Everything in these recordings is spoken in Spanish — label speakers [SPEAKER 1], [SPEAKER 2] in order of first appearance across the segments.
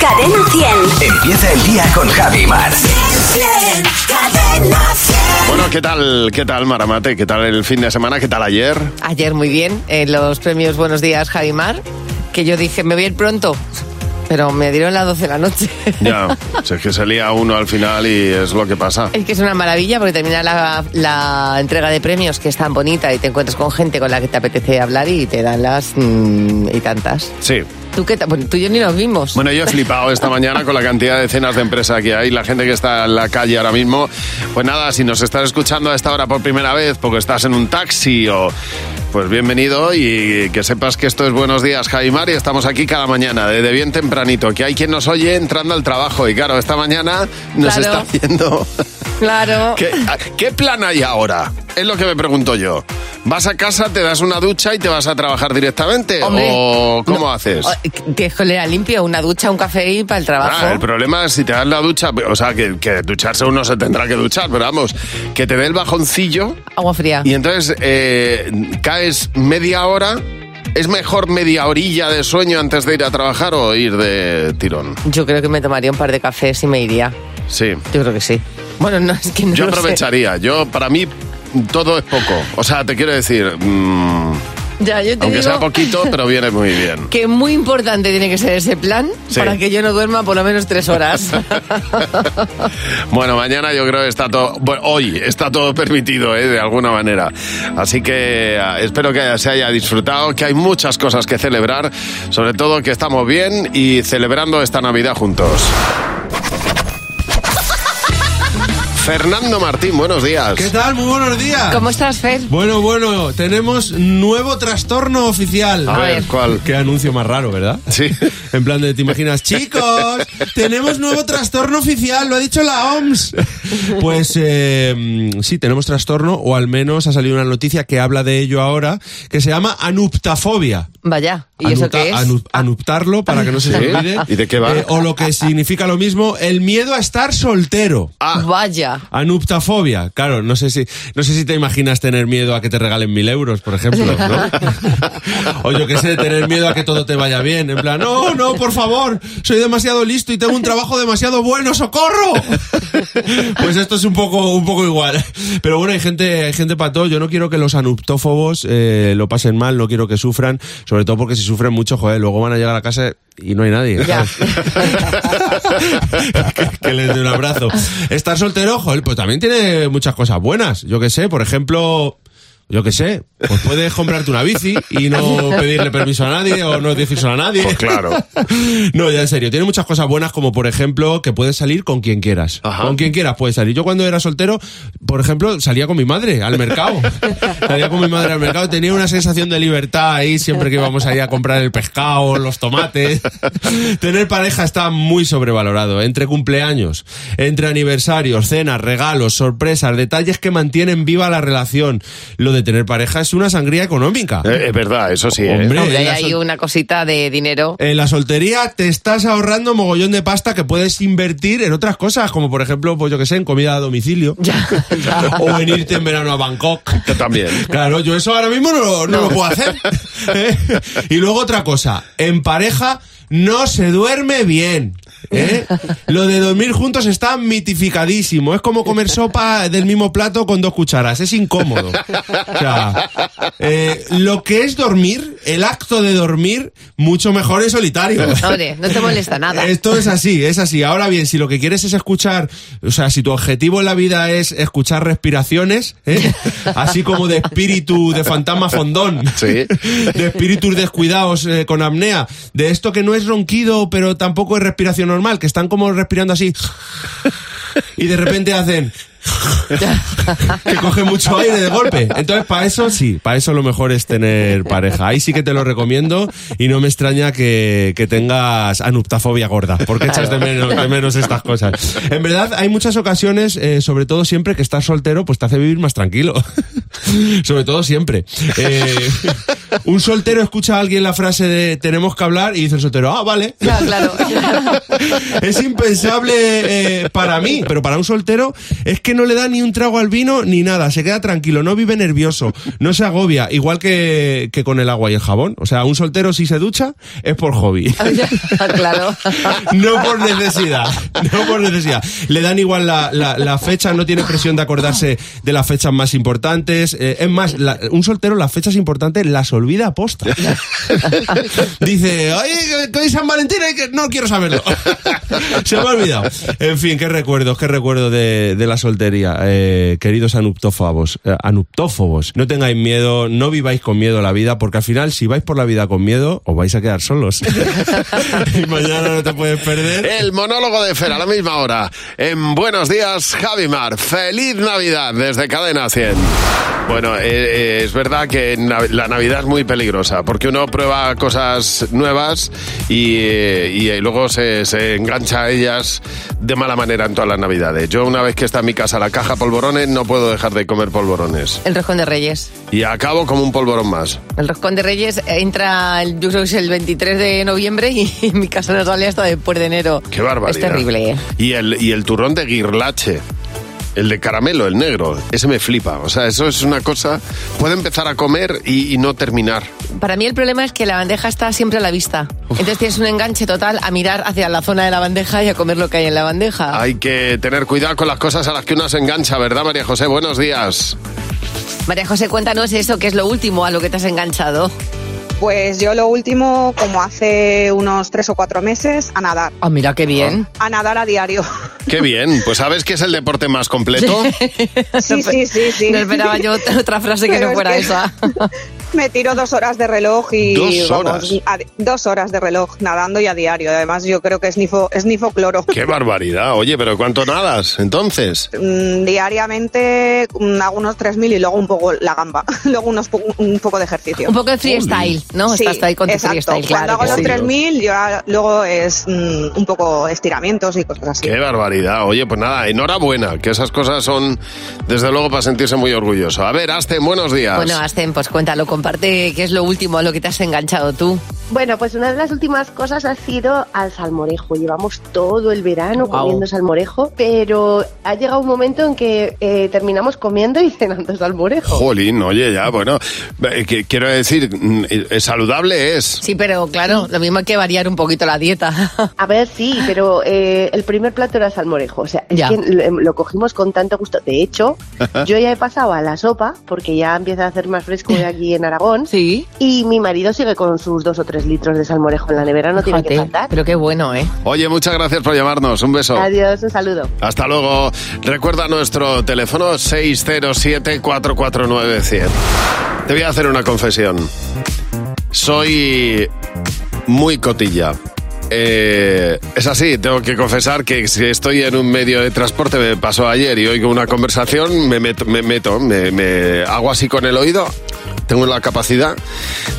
[SPEAKER 1] Cadena 100.
[SPEAKER 2] Empieza el día con Javi Mar.
[SPEAKER 1] Cadena 100.
[SPEAKER 3] Bueno, ¿qué tal? ¿Qué tal, Maramate? ¿Qué tal el fin de semana? ¿Qué tal ayer?
[SPEAKER 4] Ayer muy bien, en los premios Buenos Días Javimar, que yo dije, me voy a ir pronto, pero me dieron las 12 de la noche.
[SPEAKER 3] Ya, si es que se lía uno al final y es lo que pasa.
[SPEAKER 4] Es que es una maravilla porque termina la, la entrega de premios que es tan bonita y te encuentras con gente con la que te apetece hablar y te dan las mm, y tantas.
[SPEAKER 3] Sí.
[SPEAKER 4] ¿Tú qué tal? Bueno, tú y yo ni nos vimos.
[SPEAKER 3] Bueno, yo he flipado esta mañana con la cantidad de cenas de empresa que hay, la gente que está en la calle ahora mismo. Pues nada, si nos estás escuchando a esta hora por primera vez porque estás en un taxi o... Pues bienvenido y que sepas que esto es Buenos Días, Javimar, y estamos aquí cada mañana, desde bien tempranito, que hay quien nos oye entrando al trabajo y claro, esta mañana nos
[SPEAKER 4] Claro.
[SPEAKER 3] está haciendo...
[SPEAKER 4] Claro.
[SPEAKER 3] ¿Qué, a- qué plan hay ahora? Es lo que me pregunto yo. ¿Vas a casa, te das una ducha y te vas a trabajar directamente?
[SPEAKER 4] Hombre,
[SPEAKER 3] ¿O cómo haces?
[SPEAKER 4] O- Tienes colera limpio, una ducha, un café y para el trabajo.
[SPEAKER 3] Ah, el problema es si te das la ducha, o sea, que, que ducharse uno se tendrá que duchar, pero vamos, que te dé el bajoncillo
[SPEAKER 4] Agua fría.
[SPEAKER 3] ¿eh? y entonces eh, caes media hora. ¿Es mejor media orilla de sueño antes de ir a trabajar o ir de tirón?
[SPEAKER 4] Yo creo que me tomaría un par de cafés y me iría.
[SPEAKER 3] Sí.
[SPEAKER 4] Yo creo que sí. Bueno, no es que no
[SPEAKER 3] Yo
[SPEAKER 4] lo sé.
[SPEAKER 3] aprovecharía. Yo, para mí, todo es poco. O sea, te quiero decir, mm,
[SPEAKER 4] Ya, yo te
[SPEAKER 3] aunque sea
[SPEAKER 4] digo-
[SPEAKER 3] poquito, pero viene muy bien.
[SPEAKER 4] que muy importante tiene que ser ese plan
[SPEAKER 3] Sí.
[SPEAKER 4] para que yo no duerma por lo menos tres horas.
[SPEAKER 3] Bueno, mañana yo creo que está todo. Bueno, hoy está todo permitido, ¿eh? de alguna manera. Así que ah, espero que se haya disfrutado, que hay muchas cosas que celebrar, sobre todo que estamos bien y celebrando esta Navidad juntos. Fernando Martín, buenos días.
[SPEAKER 5] ¿Qué tal? Muy buenos días.
[SPEAKER 4] ¿Cómo estás, Fer?
[SPEAKER 5] Bueno, bueno, tenemos nuevo trastorno oficial.
[SPEAKER 3] A ver, ¿cuál?
[SPEAKER 5] Qué anuncio más raro, ¿verdad?
[SPEAKER 3] Sí.
[SPEAKER 5] En plan de, ¿te imaginas? Chicos, tenemos nuevo trastorno oficial, lo ha dicho la OMS. Pues eh, mm, sí, tenemos trastorno, o al menos ha salido una noticia que habla de ello ahora, que se llama anuptafobia.
[SPEAKER 4] Vaya, ¿y eso
[SPEAKER 5] Anuta-
[SPEAKER 4] qué es?
[SPEAKER 5] anu- anuptarlo para que no se
[SPEAKER 3] ¿Sí?
[SPEAKER 5] te olvide.
[SPEAKER 3] ¿Y de qué va?
[SPEAKER 5] Eh, o lo que significa lo mismo, el miedo a estar soltero.
[SPEAKER 3] Ah,
[SPEAKER 4] Vaya.
[SPEAKER 5] Anuptafobia, claro, no sé si no sé si te imaginas tener miedo a que te regalen mil euros, por ejemplo, ¿no? o yo qué sé, tener miedo a que todo te vaya bien, en plan, no, no, por favor, soy demasiado listo y tengo un trabajo demasiado bueno, socorro. pues esto es un poco un poco igual, pero bueno, hay gente hay gente para todo. Yo no quiero que los anuptófobos eh, lo pasen mal, no quiero que sufran, sobre todo porque si sufren mucho, joder, luego van a llegar a casa y no hay nadie.
[SPEAKER 4] Ya.
[SPEAKER 5] que, que les dé un abrazo. Estar soltero, joder, pues también tiene muchas cosas buenas. Yo que sé, por ejemplo, yo que sé, pues puedes comprarte una bici y no pedirle permiso a nadie o no decírselo a nadie.
[SPEAKER 3] pues claro.
[SPEAKER 5] No, ya en serio, tiene muchas cosas buenas como por ejemplo que puedes salir con quien quieras.
[SPEAKER 3] Ajá.
[SPEAKER 5] Con quien quieras puedes salir. Yo cuando era soltero, por ejemplo, salía con mi madre al mercado. salía con mi madre al mercado, tenía una sensación de libertad ahí siempre que íbamos ahí a comprar el pescado, los tomates. Tener pareja está muy sobrevalorado. Entre cumpleaños, entre aniversarios, cenas, regalos, sorpresas, detalles que mantienen viva la relación. Lo de tener pareja es una sangría económica.
[SPEAKER 3] Eh, es verdad, eso sí. ¿eh?
[SPEAKER 5] Hombre,
[SPEAKER 4] Hombre,
[SPEAKER 5] en
[SPEAKER 4] hay
[SPEAKER 5] la
[SPEAKER 4] ahí
[SPEAKER 5] sol-
[SPEAKER 4] una cosita de dinero.
[SPEAKER 5] en la soltería te estás ahorrando mogollón de pasta que puedes invertir en otras cosas, como por ejemplo, pues yo que sé, en comida a domicilio.
[SPEAKER 4] Ya, ya.
[SPEAKER 5] O en irte en verano a Bangkok.
[SPEAKER 3] Yo también.
[SPEAKER 5] Claro, yo eso ahora mismo no, lo- no lo puedo hacer. ¿Eh? Y luego otra cosa, en pareja no se duerme bien. ¿eh? Lo de dormir juntos está mitificadísimo. Es como comer sopa del mismo plato con dos cucharas. Es incómodo. O sea, eh, lo que es dormir, el acto de dormir, mucho mejor en solitario.
[SPEAKER 4] Hombre, no te molesta nada.
[SPEAKER 5] Esto es así, es así. Ahora bien, si lo que quieres es escuchar, o sea, si tu objetivo en la vida es escuchar respiraciones, ¿eh? así como de espíritu de fantasma fondón,
[SPEAKER 3] Sí.
[SPEAKER 5] de espíritus descuidados eh, con apnea, de esto que no es ronquido, pero tampoco es respiración normal, que están como respirando así y de repente hacen que coge mucho aire de golpe. Entonces, para eso sí, para eso lo mejor es tener pareja. Ahí sí que te lo recomiendo y no me extraña que, que tengas anuptafobia gorda, porque echas de menos, de menos estas cosas. En verdad, hay muchas ocasiones, eh, sobre todo siempre que estás soltero, pues te hace vivir más tranquilo. sobre todo siempre. Eh, un soltero escucha a alguien la frase de tenemos que hablar y dice el soltero, ah, vale
[SPEAKER 4] Claro, claro.
[SPEAKER 5] es impensable eh, para mí, pero para un soltero es que que no le da ni un trago al vino ni nada, se queda tranquilo, no vive nervioso, no se agobia, igual que, que con el agua y el jabón. O sea, un soltero si se ducha es por hobby.
[SPEAKER 4] Ah, claro.
[SPEAKER 5] No por necesidad, no por necesidad. Le dan igual la, la- la fecha, no tiene presión de acordarse de las fechas más importantes. Eh, es más, la- un soltero las fechas importantes las olvida a posta. Dice, Eh, oye, que- que hoy es San Valentín, hay que... no quiero saberlo. Se me ha olvidado. En fin, qué recuerdos, qué recuerdos de, de la soltería. Eh, queridos anuptófobos, eh, anuptófobos, no tengáis miedo, no viváis con miedo la vida, porque al final, si vais por la vida con miedo, os vais a quedar solos. y mañana no te puedes perder.
[SPEAKER 3] El monólogo de Fer a la misma hora. En Buenos Días, Javimar. Feliz Navidad desde Cadena 100. Bueno, eh, eh, es verdad que na- la Navidad es muy peligrosa porque uno prueba cosas nuevas y, eh, y, eh, luego se, se engancha a ellas de mala manera en todas las Navidades. Yo una vez que está en mi casa la caja polvorones no puedo dejar de comer polvorones.
[SPEAKER 4] El roscón de Reyes.
[SPEAKER 3] Y acabo como un polvorón más.
[SPEAKER 4] El roscón de Reyes entra, el- yo creo que es el 23 de noviembre y en mi casa no sale hasta después de enero.
[SPEAKER 3] Qué barbaridad.
[SPEAKER 4] Es terrible. ¿eh?
[SPEAKER 3] Y el, y el turrón de guirlache. El de caramelo, el negro, ese me flipa. O sea, eso es una cosa. Puede empezar a comer y, y no terminar.
[SPEAKER 4] Para mí el problema es que la bandeja está siempre a la vista. Entonces tienes un enganche total a mirar hacia la zona de la bandeja y a comer lo que hay en la bandeja.
[SPEAKER 3] Hay que tener cuidado con las cosas a las que uno se engancha, ¿verdad, María José? Buenos días.
[SPEAKER 4] María José, cuéntanos eso, que es lo último a lo que te has enganchado.
[SPEAKER 1] Pues yo lo último, como hace unos tres o cuatro meses, a nadar.
[SPEAKER 4] Ah, mira qué bien.
[SPEAKER 1] A nadar a diario.
[SPEAKER 3] Qué bien. Pues sabes que es el deporte más completo.
[SPEAKER 1] Sí, sí, sí, sí.
[SPEAKER 4] Oh. No esperaba yo ot- otra frase que
[SPEAKER 1] Pero
[SPEAKER 4] no
[SPEAKER 1] es
[SPEAKER 4] fuera
[SPEAKER 1] que-
[SPEAKER 4] esa.
[SPEAKER 1] Me tiro dos horas de reloj y...
[SPEAKER 3] Dos
[SPEAKER 1] vamos,
[SPEAKER 3] horas.
[SPEAKER 1] a- dos horas de reloj, nadando y a diario. Además, yo creo que es, nifo, es nifocloro.
[SPEAKER 3] Qué barbaridad. Oye, pero ¿cuánto nadas entonces?
[SPEAKER 1] Mm, Diariamente mm, hago unos 3.000 y luego un poco la gamba. Luego unos po- un poco de ejercicio.
[SPEAKER 4] Un poco de freestyle, ¿no?
[SPEAKER 1] Sí,
[SPEAKER 4] Estás ahí con tu
[SPEAKER 1] exacto.
[SPEAKER 4] freestyle,
[SPEAKER 1] Cuando
[SPEAKER 4] claro.
[SPEAKER 1] hago
[SPEAKER 4] que
[SPEAKER 1] los
[SPEAKER 4] sí.
[SPEAKER 1] 3.000, yo a- luego es mm, un poco estiramientos y cosas así.
[SPEAKER 3] Qué barbaridad. Oye, pues nada, enhorabuena. Que esas cosas son, desde luego, para sentirse muy orgulloso. A ver, Asten, buenos días.
[SPEAKER 4] Bueno, Asten, pues cuéntalo, comparte qué es lo último a lo que te has enganchado tú.
[SPEAKER 6] Bueno, pues una de las últimas cosas ha sido al salmorejo. Llevamos todo el verano
[SPEAKER 4] Guau.
[SPEAKER 6] comiendo salmorejo, pero ha llegado un momento en que eh, terminamos comiendo y cenando salmorejo.
[SPEAKER 3] Jolín, oye, ya, bueno, eh, que- quiero decir, mm, eh, saludable es.
[SPEAKER 4] Sí, pero claro, lo mismo hay que variar un poquito la dieta.
[SPEAKER 6] A ver, sí, pero eh, el primer plato era salmorejo. O sea, es
[SPEAKER 4] Ya.
[SPEAKER 6] que lo, lo cogimos con tanto gusto. De hecho, yo ya he pasado a la sopa, porque ya empieza a hacer más fresco de aquí en Aragón.
[SPEAKER 4] Sí.
[SPEAKER 6] Y mi marido sigue con sus dos o tres litros de salmorejo en la nevera, no tiene que
[SPEAKER 4] Fíjate,
[SPEAKER 6] faltar.
[SPEAKER 4] pero qué bueno, ¿eh?
[SPEAKER 3] Oye, muchas gracias por llamarnos. Un beso.
[SPEAKER 6] Adiós, un saludo.
[SPEAKER 3] Hasta luego. Recuerda nuestro teléfono 607-449-100. Te voy a hacer una confesión. Soy muy cotilla. Eh, es así, tengo que confesar que si estoy en un medio de transporte, me pasó ayer y oigo una conversación, me meto, me, meto, me- me hago así con el oído. Tengo la capacidad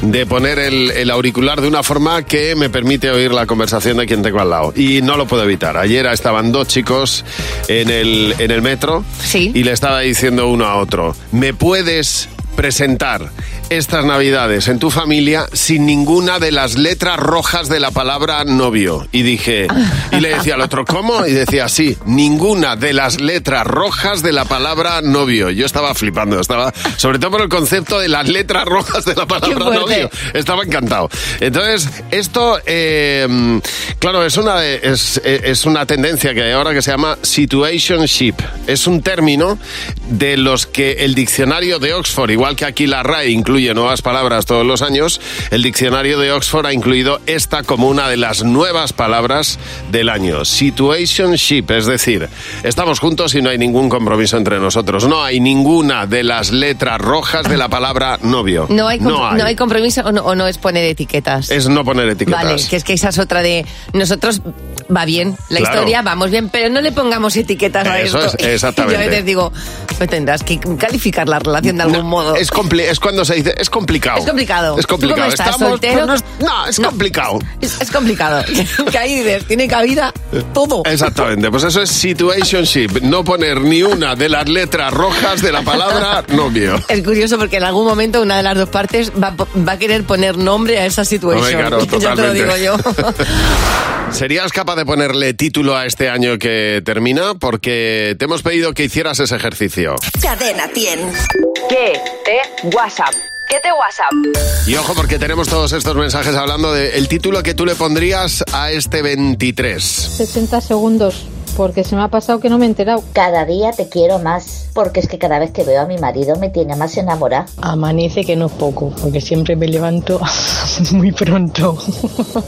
[SPEAKER 3] de poner el, el auricular de una forma que me permite oír la conversación de quien tengo al lado. Y no lo puedo evitar. Ayer estaban dos chicos en el, en el metro
[SPEAKER 4] Sí.
[SPEAKER 3] y le estaba diciendo uno a otro, ¿me puedes presentar estas navidades en tu familia sin ninguna de las letras rojas de la palabra novio? Y dije, y le decía al otro, ¿cómo? Y decía, sí, ninguna de las letras rojas de la palabra novio. Yo estaba flipando, estaba, sobre todo por el concepto de las letras rojas de la palabra
[SPEAKER 4] fuerte.
[SPEAKER 3] novio. Estaba encantado. Entonces, esto, eh, claro, es una, de- es, es una tendencia que hay ahora que se llama situationship. Es un término de los que el diccionario de Oxford, igual que aquí la RAE incluye nuevas palabras todos los años, el diccionario de Oxford ha incluido esta como una de las nuevas palabras del año. Situationship, es decir, estamos juntos y no hay ningún compromiso entre nosotros. No hay ninguna de las letras rojas de la palabra novio.
[SPEAKER 4] No hay, com- no hay compromiso o no, o no es poner etiquetas.
[SPEAKER 3] Es no poner etiquetas.
[SPEAKER 4] Vale, que es que esa es otra de nosotros va bien, la
[SPEAKER 3] Claro.
[SPEAKER 4] historia vamos bien, pero no le pongamos etiquetas a
[SPEAKER 3] Eso
[SPEAKER 4] esto.
[SPEAKER 3] es, exactamente.
[SPEAKER 4] Y yo a veces digo, pues tendrás que calificar la relación de algún
[SPEAKER 3] No,
[SPEAKER 4] modo.
[SPEAKER 3] Es, compli- es cuando se dice, es complicado.
[SPEAKER 4] Es complicado.
[SPEAKER 3] Es complicado.
[SPEAKER 4] ¿Tú cómo estás,
[SPEAKER 3] Estamos-
[SPEAKER 4] soltero?
[SPEAKER 3] pues no, no, es
[SPEAKER 4] No.
[SPEAKER 3] complicado.
[SPEAKER 4] Es, es complicado. que ahí dices, tiene cabida todo.
[SPEAKER 3] Exactamente, pues eso es situationship, no poner ni una de las letras rojas de la palabra novio.
[SPEAKER 4] Es curioso porque en algún momento una de las dos partes va, a po- va a querer poner nombre a esa situación.
[SPEAKER 3] Hombre, claro,
[SPEAKER 4] ya te lo digo
[SPEAKER 3] totalmente.
[SPEAKER 4] yo.
[SPEAKER 3] ¿Serías capaz de de ponerle título a este año que termina porque te hemos pedido que hicieras ese ejercicio.
[SPEAKER 7] Cadena 100. ¿Qué te WhatsApp? ¿Qué te WhatsApp?
[SPEAKER 3] Y ojo porque tenemos todos estos mensajes hablando del título que tú le pondrías a este 23.
[SPEAKER 8] 60 segundos, porque se me ha pasado que no me he enterado.
[SPEAKER 9] Cada día te quiero más, porque es que cada vez que veo a mi marido me tiene más enamorada.
[SPEAKER 10] Amanece que no es poco, porque siempre me levanto muy pronto.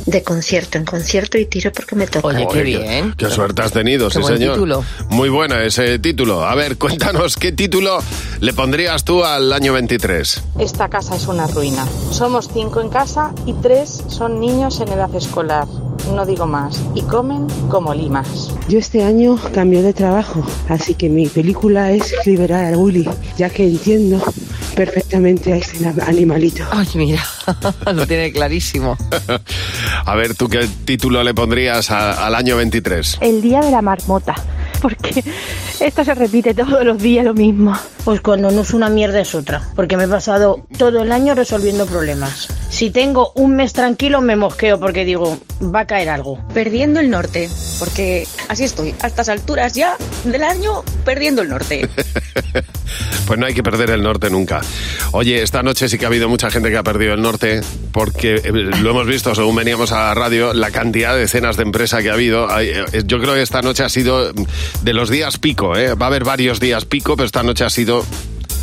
[SPEAKER 10] De concierto en concierto y tiro porque me toca.
[SPEAKER 3] Joder, Qué, suerte has tenido,
[SPEAKER 10] Qué
[SPEAKER 3] sí,
[SPEAKER 10] buen
[SPEAKER 3] señor.
[SPEAKER 10] título.
[SPEAKER 3] Muy bueno ese título. A ver, cuéntanos, ¿qué título le pondrías tú al año 23?
[SPEAKER 11] Esta casa es una ruina. Somos cinco en casa y tres son niños en edad escolar. No digo más. Y comen como limas.
[SPEAKER 12] Yo este año cambio de trabajo, así que mi película es Liberar a Willy, ya que entiendo perfectamente a este animalito.
[SPEAKER 4] Ay, mira, lo tiene clarísimo.
[SPEAKER 3] A ver, ¿tú qué título le pondrías a- al año 23?
[SPEAKER 13] El día de la marmota. Porque esto se repite todos los días lo mismo. Pues cuando no es una mierda es otra. Porque me he pasado todo el año resolviendo problemas. Si tengo un mes tranquilo me mosqueo porque digo, va a caer algo.
[SPEAKER 14] Perdiendo el norte, porque así estoy, a estas alturas ya del año perdiendo el norte.
[SPEAKER 3] Pues no hay que perder el norte nunca. Oye, esta noche sí que ha habido mucha gente que ha perdido el norte porque eh, lo hemos visto según veníamos a la radio, la cantidad de cenas de empresa que ha habido. Ay, eh, Yo creo que esta noche ha sido mm, de los días pico, ¿eh? Va a haber varios días pico, pero esta noche ha sido,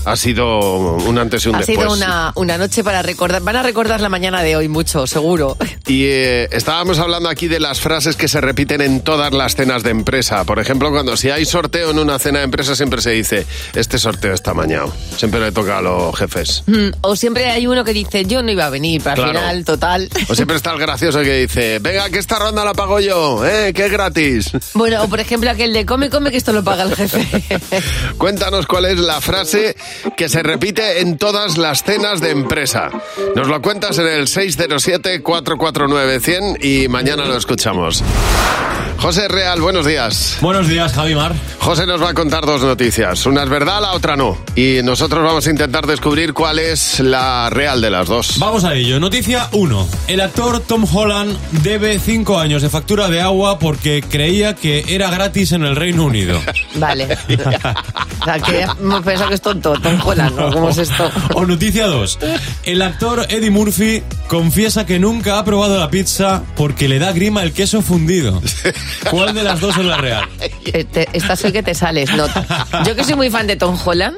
[SPEAKER 3] ha sido un antes y un
[SPEAKER 4] Ha
[SPEAKER 3] después.
[SPEAKER 4] sido una, una noche para recordar. Van a recordar la mañana de hoy mucho, seguro.
[SPEAKER 3] Y eh, estábamos hablando aquí de las frases que se repiten en todas las cenas de empresa. Por ejemplo, cuando si hay sorteo en una cena de empresa siempre se dice, este sorteo está mañado. Siempre le toca a los jefes.
[SPEAKER 4] Mm, O siempre hay uno que dice, yo no iba a venir, pero al
[SPEAKER 3] Claro.
[SPEAKER 4] final, total.
[SPEAKER 3] O siempre está el gracioso que dice, venga, que esta ronda la pago yo, ¿eh? que es gratis.
[SPEAKER 4] Bueno, o por ejemplo aquel de come, come, que esto lo paga el jefe.
[SPEAKER 3] Cuéntanos cuál es la frase que se repite en todas las cenas de empresa. Nos lo cuentas en el 607-449-100 y mañana lo escuchamos. José Real, buenos días.
[SPEAKER 15] Buenos días, Javi Mar.
[SPEAKER 3] José nos va a contar dos noticias. Una es verdad, la otra no. Y nosotros vamos a intentar descubrir cuál es la real de las dos.
[SPEAKER 15] Vamos a ello. Noticia 1. El actor Tom Holland debe 5 años de factura de agua porque creía que era gratis en el Reino Unido.
[SPEAKER 4] Vale. O sea, que hemos pensado que es tonto, Tom Holland, ¿no? ¿Cómo es esto?
[SPEAKER 15] O noticia 2. El actor Eddie Murphy confiesa que nunca ha probado la pizza porque le da grima el queso fundido. ¿Cuál de las dos es la real?
[SPEAKER 4] Eh, te- estás hoy que te sales. No, yo que soy muy fan de Tom Holland,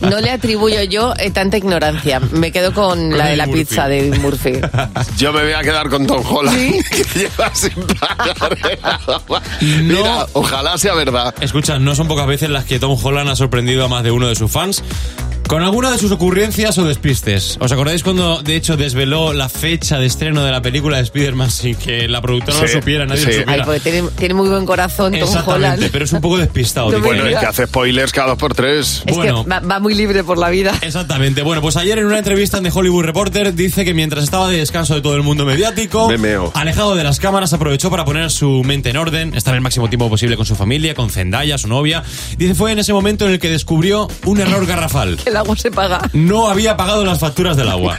[SPEAKER 4] no le atribuyo yo eh, tanta ignorancia. Me quedo con, la de
[SPEAKER 3] Eddie
[SPEAKER 4] la
[SPEAKER 3] Murphy.
[SPEAKER 4] pizza de Eddie Murphy.
[SPEAKER 3] Yo me voy a quedar con Tom Holland, que lleva sin pagar el agua. Mira, ojalá sea verdad.
[SPEAKER 15] Escucha, no son pocas veces las que Tom Holland ha sorprendido a más de uno de sus fans con alguna de sus ocurrencias o despistes. ¿Os acordáis cuando, de hecho, desveló la fecha de estreno de la película de Spider-Man sin que la productora lo
[SPEAKER 3] Sí,
[SPEAKER 15] supiera, nadie
[SPEAKER 3] sí.
[SPEAKER 15] lo
[SPEAKER 4] Ay,
[SPEAKER 15] supiera?
[SPEAKER 4] porque tiene, tiene muy buen corazón Tom
[SPEAKER 15] Exactamente,
[SPEAKER 4] Holland.
[SPEAKER 15] pero es un poco despistado.
[SPEAKER 4] No me
[SPEAKER 3] bueno, el
[SPEAKER 4] digas.
[SPEAKER 3] que hace spoilers cada dos por tres.
[SPEAKER 4] Es que va, va muy libre por la vida.
[SPEAKER 15] Exactamente. Bueno, pues ayer en una entrevista en The Hollywood Reporter dice que mientras estaba de descanso de todo el mundo mediático,
[SPEAKER 3] Me meo.
[SPEAKER 15] alejado de las cámaras, aprovechó para poner su mente en orden, estar el máximo tiempo posible con su familia, con Zendaya, su novia. Dice fue en ese momento en el que descubrió un error garrafal.
[SPEAKER 4] El agua se paga.
[SPEAKER 15] No había pagado las facturas del agua.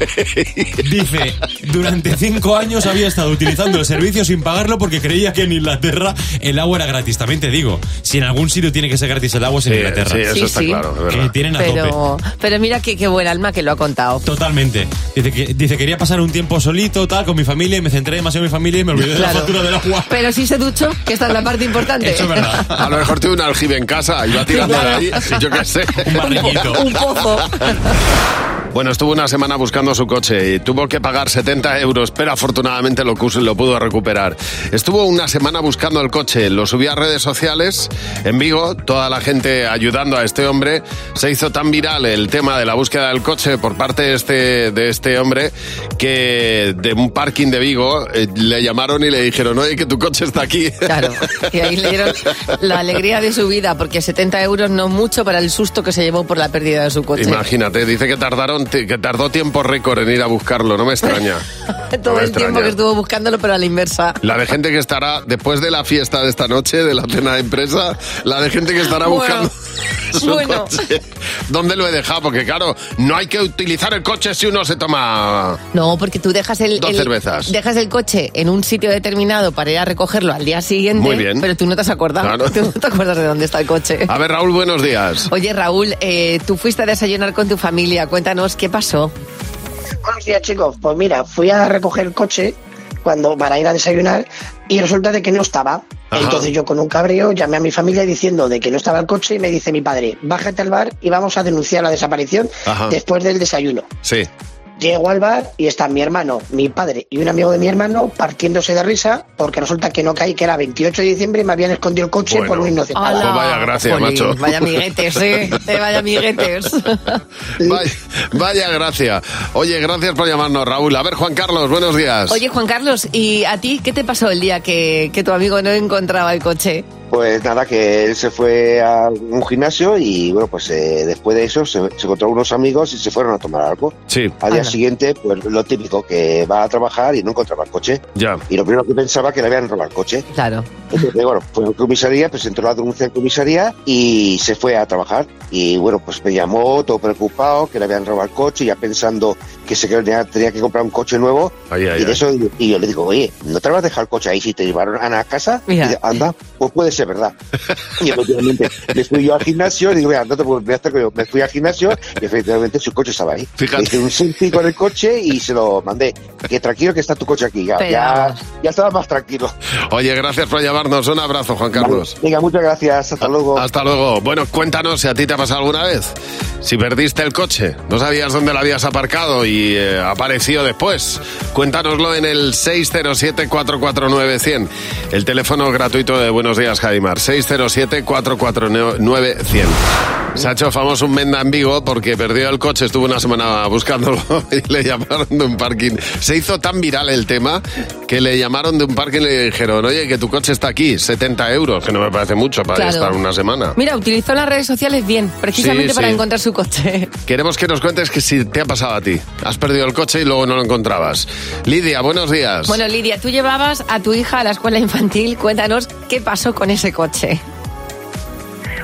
[SPEAKER 15] Dice, durante cinco años había estado utilizando el servicio sin pagarlo porque creía que en Inglaterra el agua era gratis. También te digo, si en algún sitio tiene que ser gratis el agua es en
[SPEAKER 3] Sí,
[SPEAKER 15] Inglaterra.
[SPEAKER 3] sí, eso Sí, está sí. claro, es verdad.
[SPEAKER 15] Que tienen a tope.
[SPEAKER 4] Pero, pero mira qué, qué buen alma que lo ha contado.
[SPEAKER 15] Totalmente. Dice, que, dice, quería pasar un tiempo solito, tal, con mi familia, y me centré demasiado en mi familia y me olvidé de la
[SPEAKER 4] Claro.
[SPEAKER 15] factura del agua.
[SPEAKER 4] Pero sí se duchó, que esta es la parte importante.
[SPEAKER 15] Eso es verdad.
[SPEAKER 3] A lo mejor tiene un aljibe en casa y va tirando de ahí, yo qué sé. Un
[SPEAKER 15] barriquito.
[SPEAKER 4] Un pozo.
[SPEAKER 3] Bueno, estuvo una semana buscando su coche y tuvo que pagar 70 euros, pero afortunadamente lo, cus- lo pudo recuperar. Estuvo una semana buscando el coche, lo subió a redes sociales. En Vigo, toda la gente ayudando a este hombre. Se hizo tan viral el tema de la búsqueda del coche por parte de este, de este hombre que de un parking de Vigo eh, le llamaron y le dijeron, oye, que tu coche está aquí.
[SPEAKER 4] Claro. Y ahí le dieron la alegría de su vida, porque 70 euros no es mucho para el susto que se llevó por la pérdida de su coche.
[SPEAKER 3] Imagínate, dice que tardaron te- que tardó tiempo récord en ir a buscarlo, no me extraña. No
[SPEAKER 4] Todo
[SPEAKER 3] me
[SPEAKER 4] el tiempo
[SPEAKER 3] extraña.
[SPEAKER 4] que estuvo buscándolo, pero a la inversa.
[SPEAKER 3] La de gente que estará después de la fiesta de esta noche, de la cena de empresa, la de gente que estará
[SPEAKER 4] Bueno,
[SPEAKER 3] buscando su
[SPEAKER 4] bueno.
[SPEAKER 3] coche. ¿Dónde lo he dejado? Porque claro, no hay que utilizar el coche si uno se toma...
[SPEAKER 4] No, porque tú dejas el,
[SPEAKER 3] Dos
[SPEAKER 4] el-
[SPEAKER 3] cervezas.
[SPEAKER 4] dejas el coche en un sitio determinado para ir a recogerlo al día siguiente.
[SPEAKER 3] Muy bien.
[SPEAKER 4] Pero tú no te has acordado.
[SPEAKER 3] Claro.
[SPEAKER 4] Tú no te acuerdas de dónde está el coche.
[SPEAKER 3] A ver, Raúl, buenos días.
[SPEAKER 4] Oye, Raúl, eh, tú fuiste a desayunar con tu familia. Cuéntanos qué pasó.
[SPEAKER 16] Buenos días, chicos. Pues mira, fui a recoger el coche cuando para ir a desayunar y resulta de que no estaba.
[SPEAKER 17] Ajá.
[SPEAKER 16] Entonces yo con un cabreo llamé a mi familia diciendo de que no estaba el coche y me dice mi padre, bájate al bar y vamos a denunciar la desaparición
[SPEAKER 3] Ajá.
[SPEAKER 16] después del desayuno.
[SPEAKER 3] Sí.
[SPEAKER 16] Llego al bar y está mi hermano, mi padre y un amigo de mi hermano partiéndose de risa porque resulta que no caí, que era 28 de diciembre y me habían escondido el coche
[SPEAKER 3] Bueno.
[SPEAKER 16] por un inocente.
[SPEAKER 3] Pues vaya gracia,
[SPEAKER 4] Jolín,
[SPEAKER 3] macho.
[SPEAKER 4] Vaya amiguetes, eh. Eh, Vaya amiguetes.
[SPEAKER 3] Vaya, vaya gracia. Oye, gracias por llamarnos, Raúl. A ver, Juan Carlos, buenos días.
[SPEAKER 4] Oye, Juan Carlos, ¿y a ti qué te pasó el día que, que tu amigo no encontraba el coche?
[SPEAKER 17] Pues nada, que él se fue a un gimnasio y bueno, pues eh, después de eso se, se encontró unos amigos y se fueron a tomar algo.
[SPEAKER 3] Sí.
[SPEAKER 17] Al día
[SPEAKER 3] Anda.
[SPEAKER 17] siguiente, pues lo típico, que va a trabajar y no encontraba el coche.
[SPEAKER 3] Ya.
[SPEAKER 17] Y lo primero que pensaba que le habían robado el coche.
[SPEAKER 4] Claro.
[SPEAKER 17] Entonces, bueno, fue a comisaría, presentó la denuncia en comisaría y se fue a trabajar. Y bueno, pues me llamó todo preocupado, que le habían robado el coche, ya pensando que se tenía, tenía que comprar un coche nuevo. y, de eso, y yo le digo, oye, ¿no te habrás dejado el coche ahí si te llevaron a la casa? Y dice, anda, pues puede ser verdad. Y efectivamente, me fui yo al gimnasio, y digo, mira, no te preocupes, voy a estar con yo". me fui al gimnasio y efectivamente su coche estaba ahí.
[SPEAKER 3] Fíjate.
[SPEAKER 17] Hice un selfie con el coche y se lo mandé. Que tranquilo que está tu coche aquí, ya,
[SPEAKER 3] Pero-
[SPEAKER 17] ya, ya estaba más tranquilo.
[SPEAKER 3] Oye, gracias por llamarnos. Un abrazo, Juan Carlos.
[SPEAKER 17] Venga, muchas gracias. Hasta luego.
[SPEAKER 3] Hasta luego. Bueno, cuéntanos si a ti te ha pasado alguna vez. Si perdiste el coche, no sabías dónde lo habías aparcado y eh, apareció después. Cuéntanoslo en el 607-449-100. El teléfono gratuito de Eh, Buenos Días, Javimar. 607-449-100. Se ha hecho famoso un mendanbigo porque perdió el coche, estuvo una semana buscándolo y le llamaron de un parking. Se hizo tan viral el tema que le llamaron de un parking y le dijeron, oye, que tu coche está aquí, 70 euros, que no me parece mucho para
[SPEAKER 4] Claro.
[SPEAKER 3] estar una semana.
[SPEAKER 4] Mira, utilizó las redes sociales bien, precisamente
[SPEAKER 3] Ah. Sí,
[SPEAKER 4] para
[SPEAKER 3] sí.
[SPEAKER 4] encontrar su coche.
[SPEAKER 3] Queremos que nos cuentes que si te ha pasado a ti. Has perdido el coche y luego no lo encontrabas. Lidia, buenos días.
[SPEAKER 4] Bueno, Lidia, tú llevabas a tu hija a la escuela infantil. Cuéntanos qué pasó con ese coche.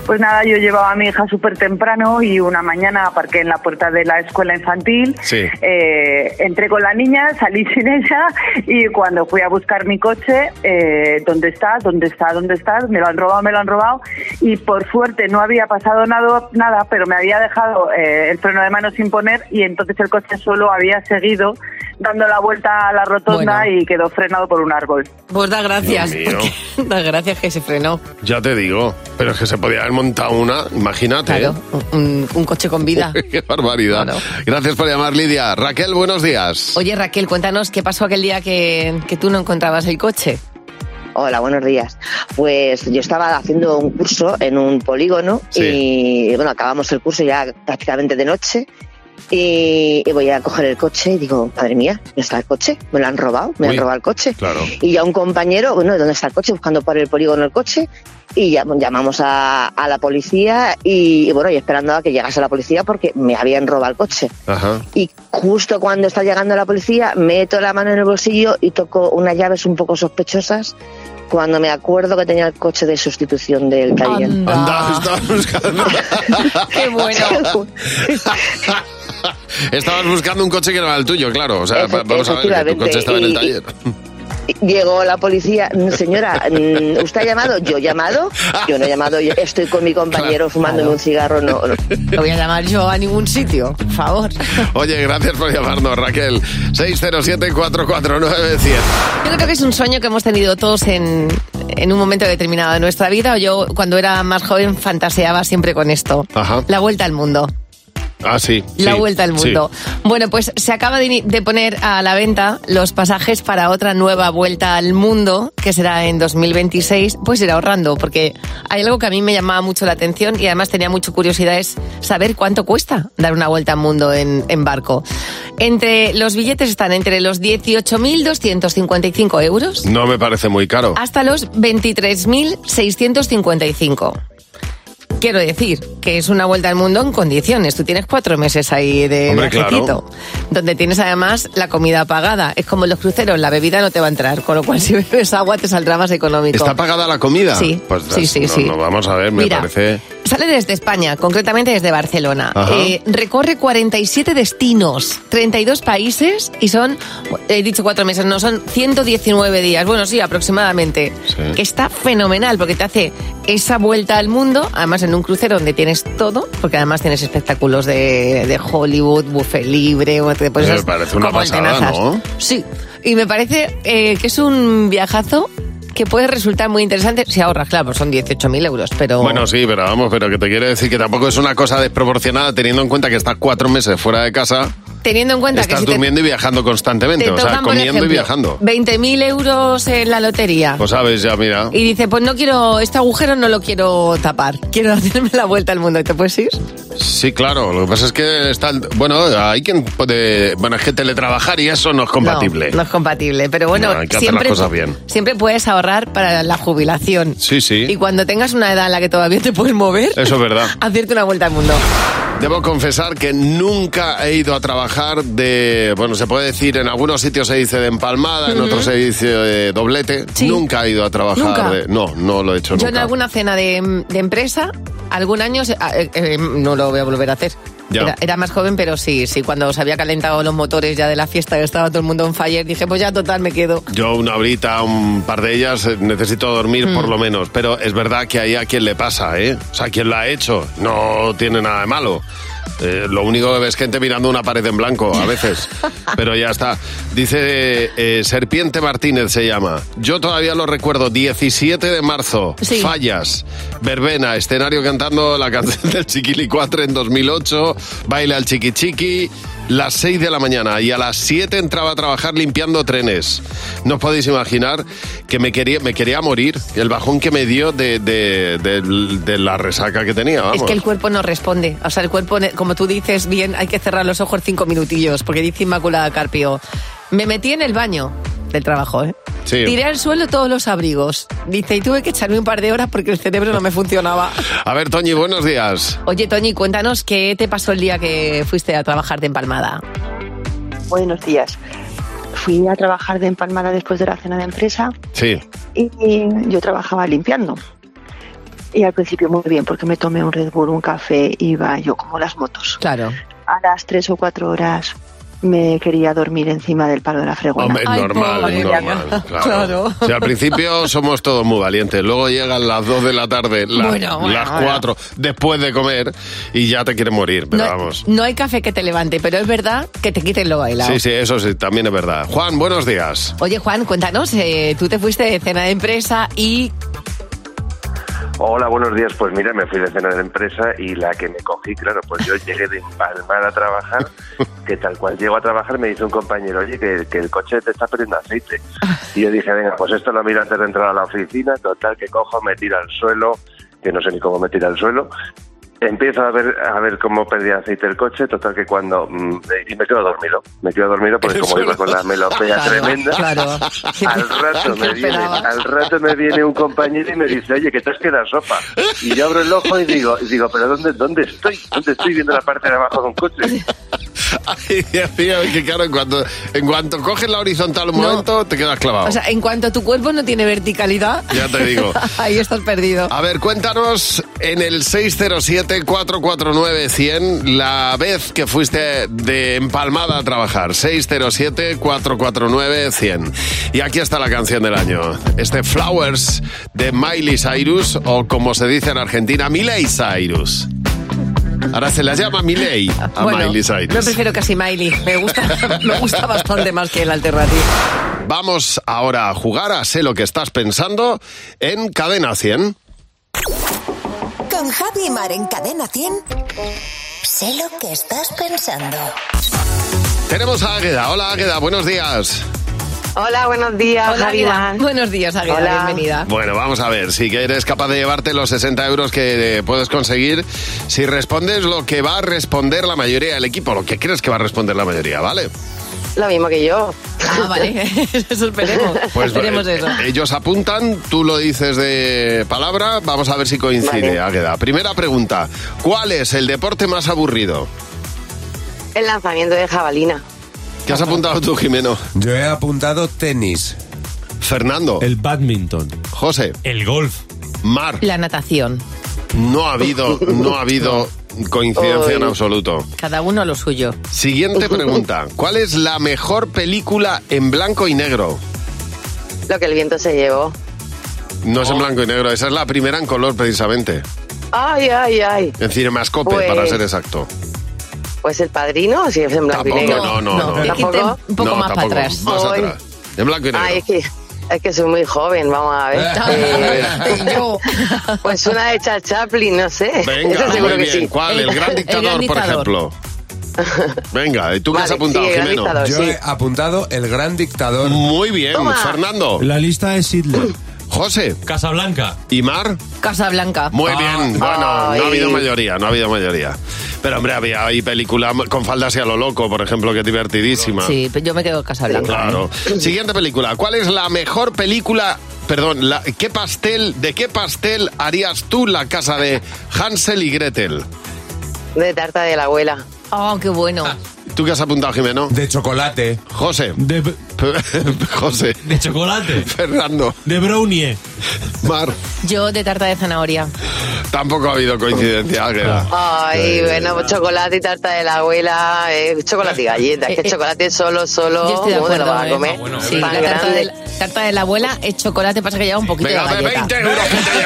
[SPEAKER 9] Pues nada, yo llevaba a mi hija súper temprano y una mañana aparqué en la puerta de la escuela infantil.
[SPEAKER 3] Sí.
[SPEAKER 9] Eh, entré con la niña, salí sin ella y cuando fui a buscar mi coche, eh, ¿dónde está? ¿Dónde está? ¿Dónde está? Me lo han robado, me lo han robado. Y por suerte no había pasado nada, nada pero me había dejado eh, el freno de mano sin poner y entonces el coche solo había seguido dando la vuelta a la rotonda y quedó frenado por un árbol.
[SPEAKER 4] Pues da gracias.
[SPEAKER 3] Dios mío.
[SPEAKER 4] porque- da gracias que se frenó.
[SPEAKER 3] Ya te digo, pero es que se podía haber montado una, imagínate.
[SPEAKER 4] Claro, un, un coche con vida.
[SPEAKER 3] ¿eh? Qué barbaridad. Gracias por llamar, Lidia. Raquel, buenos días.
[SPEAKER 4] Oye, Raquel, cuéntanos qué pasó aquel día que, que tú no encontrabas el coche.
[SPEAKER 18] Hola, buenos días. Pues yo estaba haciendo un curso en un polígono y bueno, acabamos el curso ya prácticamente de noche y, y voy a coger el coche y digo, madre mía, ¿dónde está el coche? Me lo han robado, me
[SPEAKER 19] Uy,
[SPEAKER 18] han robado el coche.
[SPEAKER 19] claro.
[SPEAKER 18] Y ya un compañero, bueno, ¿dónde está el coche? Buscando por el polígono el coche y ya- llamamos a, a la policía y, y bueno, y esperando a que llegase la policía porque me habían robado el coche.
[SPEAKER 3] Ajá.
[SPEAKER 18] Y justo cuando está llegando la policía, meto la mano en el bolsillo y toco unas llaves un poco sospechosas cuando me acuerdo que tenía el coche de sustitución del Cayenne.
[SPEAKER 3] Anda, estabas buscando.
[SPEAKER 18] ¡Qué
[SPEAKER 3] bueno! Estabas buscando un coche que no era el tuyo, claro. O sea,
[SPEAKER 18] Efecti-
[SPEAKER 3] vamos a ver, que tu
[SPEAKER 18] efectivamente.
[SPEAKER 3] coche estaba en el
[SPEAKER 18] Y-
[SPEAKER 3] taller.
[SPEAKER 18] Llegó la policía, señora, mm, ¿usted ha llamado? ¿Yo he llamado? Yo no he llamado, yo estoy con mi compañero fumándome un cigarro, no, no.
[SPEAKER 4] No voy a llamar yo a ningún sitio, por favor.
[SPEAKER 3] Oye, gracias por llamarnos, Raquel. 607-449-100.
[SPEAKER 4] Yo creo que es un sueño que hemos tenido todos en, en un momento determinado de nuestra vida. Yo cuando era más joven fantaseaba siempre con esto.
[SPEAKER 3] Ajá.
[SPEAKER 4] La vuelta al mundo.
[SPEAKER 3] Ah, sí.
[SPEAKER 4] La
[SPEAKER 3] sí,
[SPEAKER 4] vuelta al
[SPEAKER 3] sí.
[SPEAKER 4] mundo. Bueno, pues se acaba de, ini- de poner a la venta los pasajes para otra nueva vuelta al mundo, que será en 2026. Pues ir ahorrando, porque hay algo que a mí me llamaba mucho la atención y además tenía mucha curiosidad, es saber cuánto cuesta dar una vuelta al mundo en, en barco. Entre los billetes están entre los 18.255 euros
[SPEAKER 3] No me parece muy caro.
[SPEAKER 4] hasta los 23.655. Quiero decir que es una vuelta al mundo en condiciones. Tú tienes cuatro meses ahí de
[SPEAKER 3] Hombre, claro.
[SPEAKER 4] viajecito, donde tienes además la comida pagada. Es como en los cruceros, la bebida no te va a entrar, con lo cual si bebes agua te saldrá más económico.
[SPEAKER 3] ¿Está pagada la comida?
[SPEAKER 4] Sí,
[SPEAKER 3] Pues,
[SPEAKER 4] sí, sí,
[SPEAKER 3] no-
[SPEAKER 4] sí.
[SPEAKER 3] no, vamos a ver, me
[SPEAKER 4] Mira,
[SPEAKER 3] parece...
[SPEAKER 4] Sale desde España, concretamente desde Barcelona.
[SPEAKER 3] Ajá.
[SPEAKER 4] Eh, recorre 47 destinos, 32 países y son, he dicho cuatro meses, no, son 119 días. Bueno, sí, aproximadamente. Que está fenomenal porque te hace esa vuelta al mundo, además en un crucero donde tienes todo, porque además tienes espectáculos de, de Hollywood, buffet libre, o te pones
[SPEAKER 3] Me
[SPEAKER 4] esas-
[SPEAKER 3] Eh, parece una
[SPEAKER 4] pues como el
[SPEAKER 3] pasada,
[SPEAKER 4] tenazas.
[SPEAKER 3] ¿no?
[SPEAKER 4] Sí, y me parece eh, que es un viajazo que puede resultar muy interesante si ahorras, claro, pues son 18.000 euros, pero...
[SPEAKER 3] Bueno, sí, pero vamos, pero que te quiero decir que tampoco es una cosa desproporcionada teniendo en cuenta que estás cuatro meses fuera de casa,
[SPEAKER 4] Teniendo en cuenta
[SPEAKER 3] estás
[SPEAKER 4] que si te-
[SPEAKER 3] durmiendo y viajando constantemente,
[SPEAKER 4] te
[SPEAKER 3] o sea,
[SPEAKER 4] tocan, por
[SPEAKER 3] comiendo y
[SPEAKER 4] ejemplo,
[SPEAKER 3] viajando.
[SPEAKER 4] 20.000 euros en la lotería.
[SPEAKER 3] Pues sabes, ya mira.
[SPEAKER 4] y dice, pues no quiero, este agujero no lo quiero tapar, quiero hacerme la vuelta al mundo. ¿Y te puedes ir?
[SPEAKER 3] Sí, claro, lo que pasa es que está... Bueno, hay quien puede... Bueno, es que teletrabajar y eso no es compatible.
[SPEAKER 4] No, no es compatible, pero bueno,
[SPEAKER 3] No, hay que hacer
[SPEAKER 4] siempre,
[SPEAKER 3] las cosas bien.
[SPEAKER 4] siempre puedes ahorrar para la jubilación.
[SPEAKER 3] Sí, sí.
[SPEAKER 4] Y cuando tengas una edad en la que todavía te puedes mover,
[SPEAKER 3] Eso es verdad.
[SPEAKER 4] hacerte una vuelta al mundo.
[SPEAKER 3] Debo confesar que nunca he ido a trabajar de, bueno, se puede decir, en algunos sitios se dice de empalmada, en otros se dice de doblete. Nunca he ido a trabajar
[SPEAKER 4] Nunca.
[SPEAKER 3] de... No, no lo he hecho
[SPEAKER 4] Yo en
[SPEAKER 3] nunca.
[SPEAKER 4] alguna cena de, de empresa, algún año, se- ah, eh, eh, no lo voy a volver a hacer.
[SPEAKER 3] Ya.
[SPEAKER 4] Era, era más joven, pero sí, sí, cuando se había calentado los motores ya de la fiesta, que estaba todo el mundo en fire, dije, pues ya total, me quedo.
[SPEAKER 3] Yo una horita, un par de ellas, eh, necesito dormir por lo menos. Pero es verdad que ahí a quien le pasa, ¿eh? O sea, quien lo ha hecho no tiene nada de malo. Eh, lo único que ves gente mirando una pared en blanco a veces. Pero ya está. Dice eh, Serpiente Martínez se llama. Yo todavía lo recuerdo. 17 de marzo.
[SPEAKER 20] Sí.
[SPEAKER 3] Fallas. Verbena. Escenario cantando la canción del Chiquilicuatre en 2008. Baile al Chiqui Chiqui. Las 6 de la mañana. Y a las 7 entraba a trabajar limpiando trenes. No os podéis imaginar que me quería, me quería morir. El bajón que me dio de, de- de- de la resaca que tenía. Vamos.
[SPEAKER 4] Es que el cuerpo no responde. O sea, el cuerpo, ne- como tú dices bien, hay que cerrar los ojos cinco minutillos, porque dice Inmaculada Carpio. Me metí en el baño del trabajo, ¿eh?
[SPEAKER 3] Sí.
[SPEAKER 4] Tiré al suelo todos los abrigos. Dice, y tuve que echarme un par de horas porque el cerebro no me funcionaba.
[SPEAKER 3] A ver, Toñi, buenos días.
[SPEAKER 4] Oye, Toñi, cuéntanos qué te pasó el día que fuiste a trabajar de empalmada.
[SPEAKER 21] Buenos días. Fui a trabajar de empalmada después de la cena de empresa
[SPEAKER 3] Sí.
[SPEAKER 21] y yo trabajaba limpiando. Y al principio muy bien, porque me tomé un Red Bull, un café, iba yo como las motos.
[SPEAKER 4] Claro.
[SPEAKER 21] A las tres o cuatro horas me quería dormir encima del palo de la fregona.
[SPEAKER 3] Hombre, normal, es normal. Claro.
[SPEAKER 21] Claro.
[SPEAKER 3] O sea, al principio somos todos muy valientes. Luego llegan las 2 de la tarde, la-
[SPEAKER 4] Bueno, bueno,
[SPEAKER 3] las
[SPEAKER 4] bueno.
[SPEAKER 3] 4, después de comer, y ya te quieres morir. Pero
[SPEAKER 4] no,
[SPEAKER 3] vamos.
[SPEAKER 4] no hay café que te levante, pero es verdad que te quiten lo bailado.
[SPEAKER 3] Sí, sí, eso sí, también es verdad. Juan, buenos días.
[SPEAKER 4] Oye, Juan, cuéntanos, eh, tú te fuiste de cena de empresa y
[SPEAKER 22] Hola, buenos días. Pues mira, me fui de cena de empresa y la que me cogí, claro, pues yo llegué de empalmar a trabajar, que tal cual llego a trabajar me dice un compañero, oye, que, que el coche te está perdiendo aceite. Y yo dije, venga, pues esto lo miro antes de entrar a la oficina, total, que cojo, me tira al suelo, que no sé ni cómo me tira al suelo. Empiezo a ver a ver cómo perdía aceite el coche, total que cuando... mm, Y me quedo dormido, me quedo dormido porque como iba con la melopea
[SPEAKER 23] Claro,
[SPEAKER 22] tremenda,
[SPEAKER 23] claro.
[SPEAKER 22] al rato me
[SPEAKER 23] ¿Qué
[SPEAKER 22] viene,
[SPEAKER 23] esperabas?
[SPEAKER 22] al rato me viene un compañero y me dice, oye, que te has quedado sopa. Y yo abro el ojo y digo, y digo pero ¿dónde, ¿dónde estoy? ¿Dónde estoy viendo la parte de abajo de un coche?
[SPEAKER 3] Ay, Dios mío, que claro, en cuanto, en cuanto coges la horizontal un momento, te quedas clavado.
[SPEAKER 4] O sea, en cuanto tu cuerpo no tiene verticalidad.
[SPEAKER 3] Ya te digo.
[SPEAKER 4] ahí estás perdido.
[SPEAKER 3] A ver, cuéntanos en el 607-449-100 la vez que fuiste de empalmada a trabajar. 607-449-100. Y aquí está la canción del año. Este Flowers de Miley Cyrus o como se dice en Argentina, Miley Cyrus. Ahora se la llama Miley a
[SPEAKER 4] Bueno,
[SPEAKER 3] Miley Cyrus.
[SPEAKER 4] Yo prefiero casi Miley. Me gusta, me gusta bastante más que el alternativo.
[SPEAKER 3] Vamos ahora a jugar a Sé lo que estás pensando en Cadena 100.
[SPEAKER 24] Con Javi y Mar en Cadena 100. Sé lo que estás pensando.
[SPEAKER 3] Tenemos a Águeda. Hola Águeda, buenos días.
[SPEAKER 25] Hola, buenos días,
[SPEAKER 4] Hola,
[SPEAKER 25] Javi,
[SPEAKER 4] Águeda.
[SPEAKER 25] Mar.
[SPEAKER 4] Buenos días, Águeda.
[SPEAKER 25] Hola.
[SPEAKER 4] Bienvenida.
[SPEAKER 3] Bueno, vamos a ver, si que eres capaz de llevarte los 60 euros que eh, puedes conseguir, si respondes lo que va a responder la mayoría del equipo, lo que crees que va a responder la mayoría, ¿vale?
[SPEAKER 25] Lo mismo que yo.
[SPEAKER 4] Ah, vale. Eso esperemos. esperemos
[SPEAKER 3] eh,
[SPEAKER 4] eso.
[SPEAKER 3] Ellos apuntan, tú lo dices de palabra, vamos a ver si coincide,
[SPEAKER 25] Vale.
[SPEAKER 3] Águeda. Primera pregunta, ¿cuál es el deporte más aburrido?
[SPEAKER 25] El lanzamiento de jabalina.
[SPEAKER 3] ¿Qué has apuntado tú, Jimeno?
[SPEAKER 1] Yo he apuntado tenis.
[SPEAKER 3] Fernando.
[SPEAKER 1] El badminton.
[SPEAKER 3] José.
[SPEAKER 1] El golf.
[SPEAKER 3] Mar.
[SPEAKER 4] La natación.
[SPEAKER 3] No ha habido, no ha habido coincidencia en
[SPEAKER 4] Ay.
[SPEAKER 3] absoluto.
[SPEAKER 4] Cada uno lo suyo.
[SPEAKER 3] Siguiente pregunta, ¿cuál es la mejor película en blanco y negro?
[SPEAKER 25] Lo que el viento se llevó.
[SPEAKER 3] No es en blanco y negro, esa es la primera en color precisamente.
[SPEAKER 25] Ay, ay, ay.
[SPEAKER 3] En Cinemascope,
[SPEAKER 25] Pues-
[SPEAKER 3] para ser exacto.
[SPEAKER 25] Pues el padrino, si es en blanco y negro.
[SPEAKER 3] Tampoco, no, no, no.
[SPEAKER 25] ¿Tampoco?
[SPEAKER 3] No, tampoco, Más
[SPEAKER 25] Ay,
[SPEAKER 3] atrás. En blanco y negro.
[SPEAKER 25] Ay, es que, es que soy muy joven, vamos a ver. Eh, Pues una de Charles Chaplin, no sé.
[SPEAKER 7] Ah,
[SPEAKER 3] Venga,
[SPEAKER 25] Eso seguro
[SPEAKER 3] muy
[SPEAKER 25] que
[SPEAKER 3] bien.
[SPEAKER 25] sí.
[SPEAKER 3] ¿Cuál? El, gran dictador, por ejemplo. Venga, ¿y tú qué has
[SPEAKER 25] Vale,
[SPEAKER 3] apuntado,
[SPEAKER 25] sí, el gran
[SPEAKER 3] Jimeno?
[SPEAKER 25] dictador,
[SPEAKER 1] Yo he apuntado el gran dictador.
[SPEAKER 3] Muy bien, Toma. Fernando.
[SPEAKER 1] La lista es Hitler.
[SPEAKER 3] José.
[SPEAKER 15] Casablanca.
[SPEAKER 3] ¿Y Mar?
[SPEAKER 4] Casablanca.
[SPEAKER 3] Muy
[SPEAKER 25] Ah,
[SPEAKER 3] bien, bueno, no ha habido
[SPEAKER 4] Ay.
[SPEAKER 3] mayoría, no ha habido mayoría. Pero hombre, había ahí película con faldas y a lo loco, por ejemplo, que es divertidísima.
[SPEAKER 4] Sí, pero yo me quedo en Casablanca.
[SPEAKER 3] Claro. Siguiente película. ¿Cuál es la mejor película? Perdón, la- ¿qué pastel, de qué pastel harías tú la casa de Hansel y Gretel?
[SPEAKER 25] De tarta de la abuela.
[SPEAKER 4] Oh, qué bueno.
[SPEAKER 3] ¿Tú qué has apuntado, Jimeno?
[SPEAKER 1] De chocolate.
[SPEAKER 3] José. José.
[SPEAKER 15] De chocolate.
[SPEAKER 3] Fernando.
[SPEAKER 15] De brownie.
[SPEAKER 3] Mar.
[SPEAKER 4] Yo de tarta de zanahoria.
[SPEAKER 3] Tampoco ha habido coincidencia, Águeda.
[SPEAKER 25] Ay, bueno, pues chocolate y tarta de la abuela, eh, chocolate y galletas.
[SPEAKER 4] Eh,
[SPEAKER 25] que
[SPEAKER 4] eh,
[SPEAKER 25] chocolate solo, solo,
[SPEAKER 4] yo estoy de
[SPEAKER 25] ¿cómo te lo
[SPEAKER 4] acuerdo,
[SPEAKER 25] vas a
[SPEAKER 4] eh.
[SPEAKER 5] Ah,
[SPEAKER 25] comer?
[SPEAKER 4] Sí, la
[SPEAKER 25] Tan
[SPEAKER 4] tarta
[SPEAKER 25] grande.
[SPEAKER 4] de, la tarta de la abuela es chocolate, pasa que lleva un poquito
[SPEAKER 25] Venga,
[SPEAKER 4] de
[SPEAKER 25] de
[SPEAKER 4] galleta.
[SPEAKER 25] 20
[SPEAKER 3] euros que te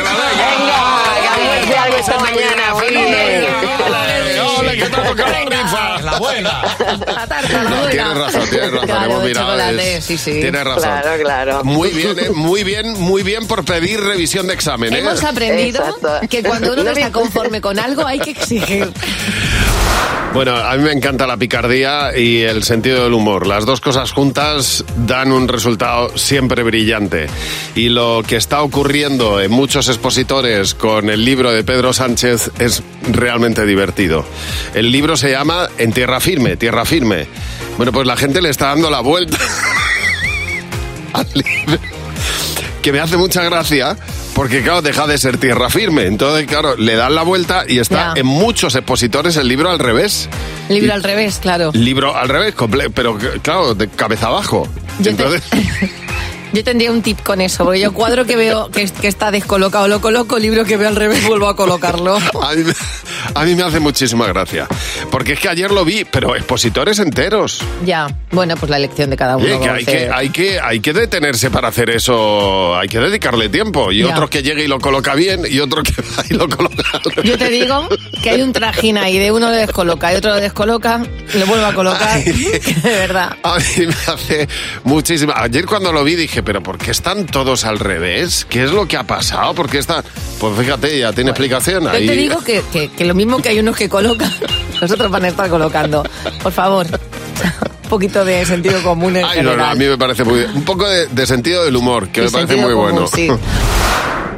[SPEAKER 25] Hagamos de algo esta mañana,
[SPEAKER 3] ¡Ole, que tengo que lo rifas! ¡La abuela! Tienes razón, tienes razón.
[SPEAKER 4] Claro,
[SPEAKER 3] hemos
[SPEAKER 4] de
[SPEAKER 3] mirado,
[SPEAKER 4] chocolate,
[SPEAKER 3] es-
[SPEAKER 4] sí, sí.
[SPEAKER 3] Tienes razón.
[SPEAKER 25] Claro, claro.
[SPEAKER 3] Muy bien, eh, muy bien, muy bien por pedir revisión de examen. ¿eh?
[SPEAKER 4] Hemos aprendido que cuando uno no está conforme con algo hay que exigir.
[SPEAKER 3] Bueno, a mí me encanta la picardía y el sentido del humor. Las dos cosas juntas dan un resultado siempre brillante. Y lo que está ocurriendo en muchos expositores con el libro de Pedro Sánchez es realmente divertido. El libro se llama En tierra firme, tierra firme. Bueno, pues la gente le está dando la vuelta al libro que me hace mucha gracia porque, claro, deja de ser tierra firme. Entonces, claro, le dan la vuelta y está
[SPEAKER 4] Ya.
[SPEAKER 3] en muchos expositores el libro al revés.
[SPEAKER 4] Libro al revés, claro.
[SPEAKER 3] Libro al revés, comple- pero claro, de cabeza abajo. Entonces,
[SPEAKER 4] Yo tendría un tip con eso, porque yo cuadro que veo que, que está descolocado lo coloco, libro que veo al revés vuelvo a colocarlo.
[SPEAKER 3] a, mí, me- a mí me hace muchísima gracia. Porque es que ayer lo vi, pero expositores enteros.
[SPEAKER 4] Ya, bueno, pues la elección de cada uno.
[SPEAKER 3] Oye, que
[SPEAKER 4] como
[SPEAKER 3] hay,
[SPEAKER 4] se-
[SPEAKER 3] que, hay, que, hay que detenerse para hacer eso, hay que dedicarle tiempo. Y
[SPEAKER 4] Ya.
[SPEAKER 3] otro que llegue y lo coloca bien, y otro que va y lo coloca al revés.
[SPEAKER 4] Yo te digo que hay un trajín ahí, de uno lo descoloca, de otro lo descoloca, lo vuelvo a colocar, de verdad.
[SPEAKER 3] A mí me hace muchísima. Ayer cuando lo vi dije, pero ¿por qué están todos al revés? ¿Qué es lo que ha pasado? ¿Por qué están? Pues fíjate, ya tiene explicación
[SPEAKER 4] Yo
[SPEAKER 3] ahí.
[SPEAKER 4] te digo que, que- que lo mismo que hay unos que colocan, los otros van a estar colocando. Por favor, un poquito de sentido común en
[SPEAKER 3] Ay, no, no, a
[SPEAKER 4] general.
[SPEAKER 3] mí me parece muy bien. Un poco de, de sentido del humor, que
[SPEAKER 4] Y
[SPEAKER 3] me parece
[SPEAKER 4] sentido
[SPEAKER 3] muy bueno.
[SPEAKER 4] común, sí.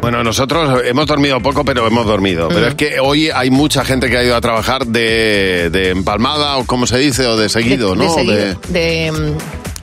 [SPEAKER 3] Bueno, nosotros hemos dormido poco, pero hemos dormido. Pero es que hoy hay mucha gente que ha ido a trabajar de, de empalmada, o como se dice, o de seguido,
[SPEAKER 4] de,
[SPEAKER 3] ¿no?
[SPEAKER 4] seguido,
[SPEAKER 3] De-
[SPEAKER 4] de, mm,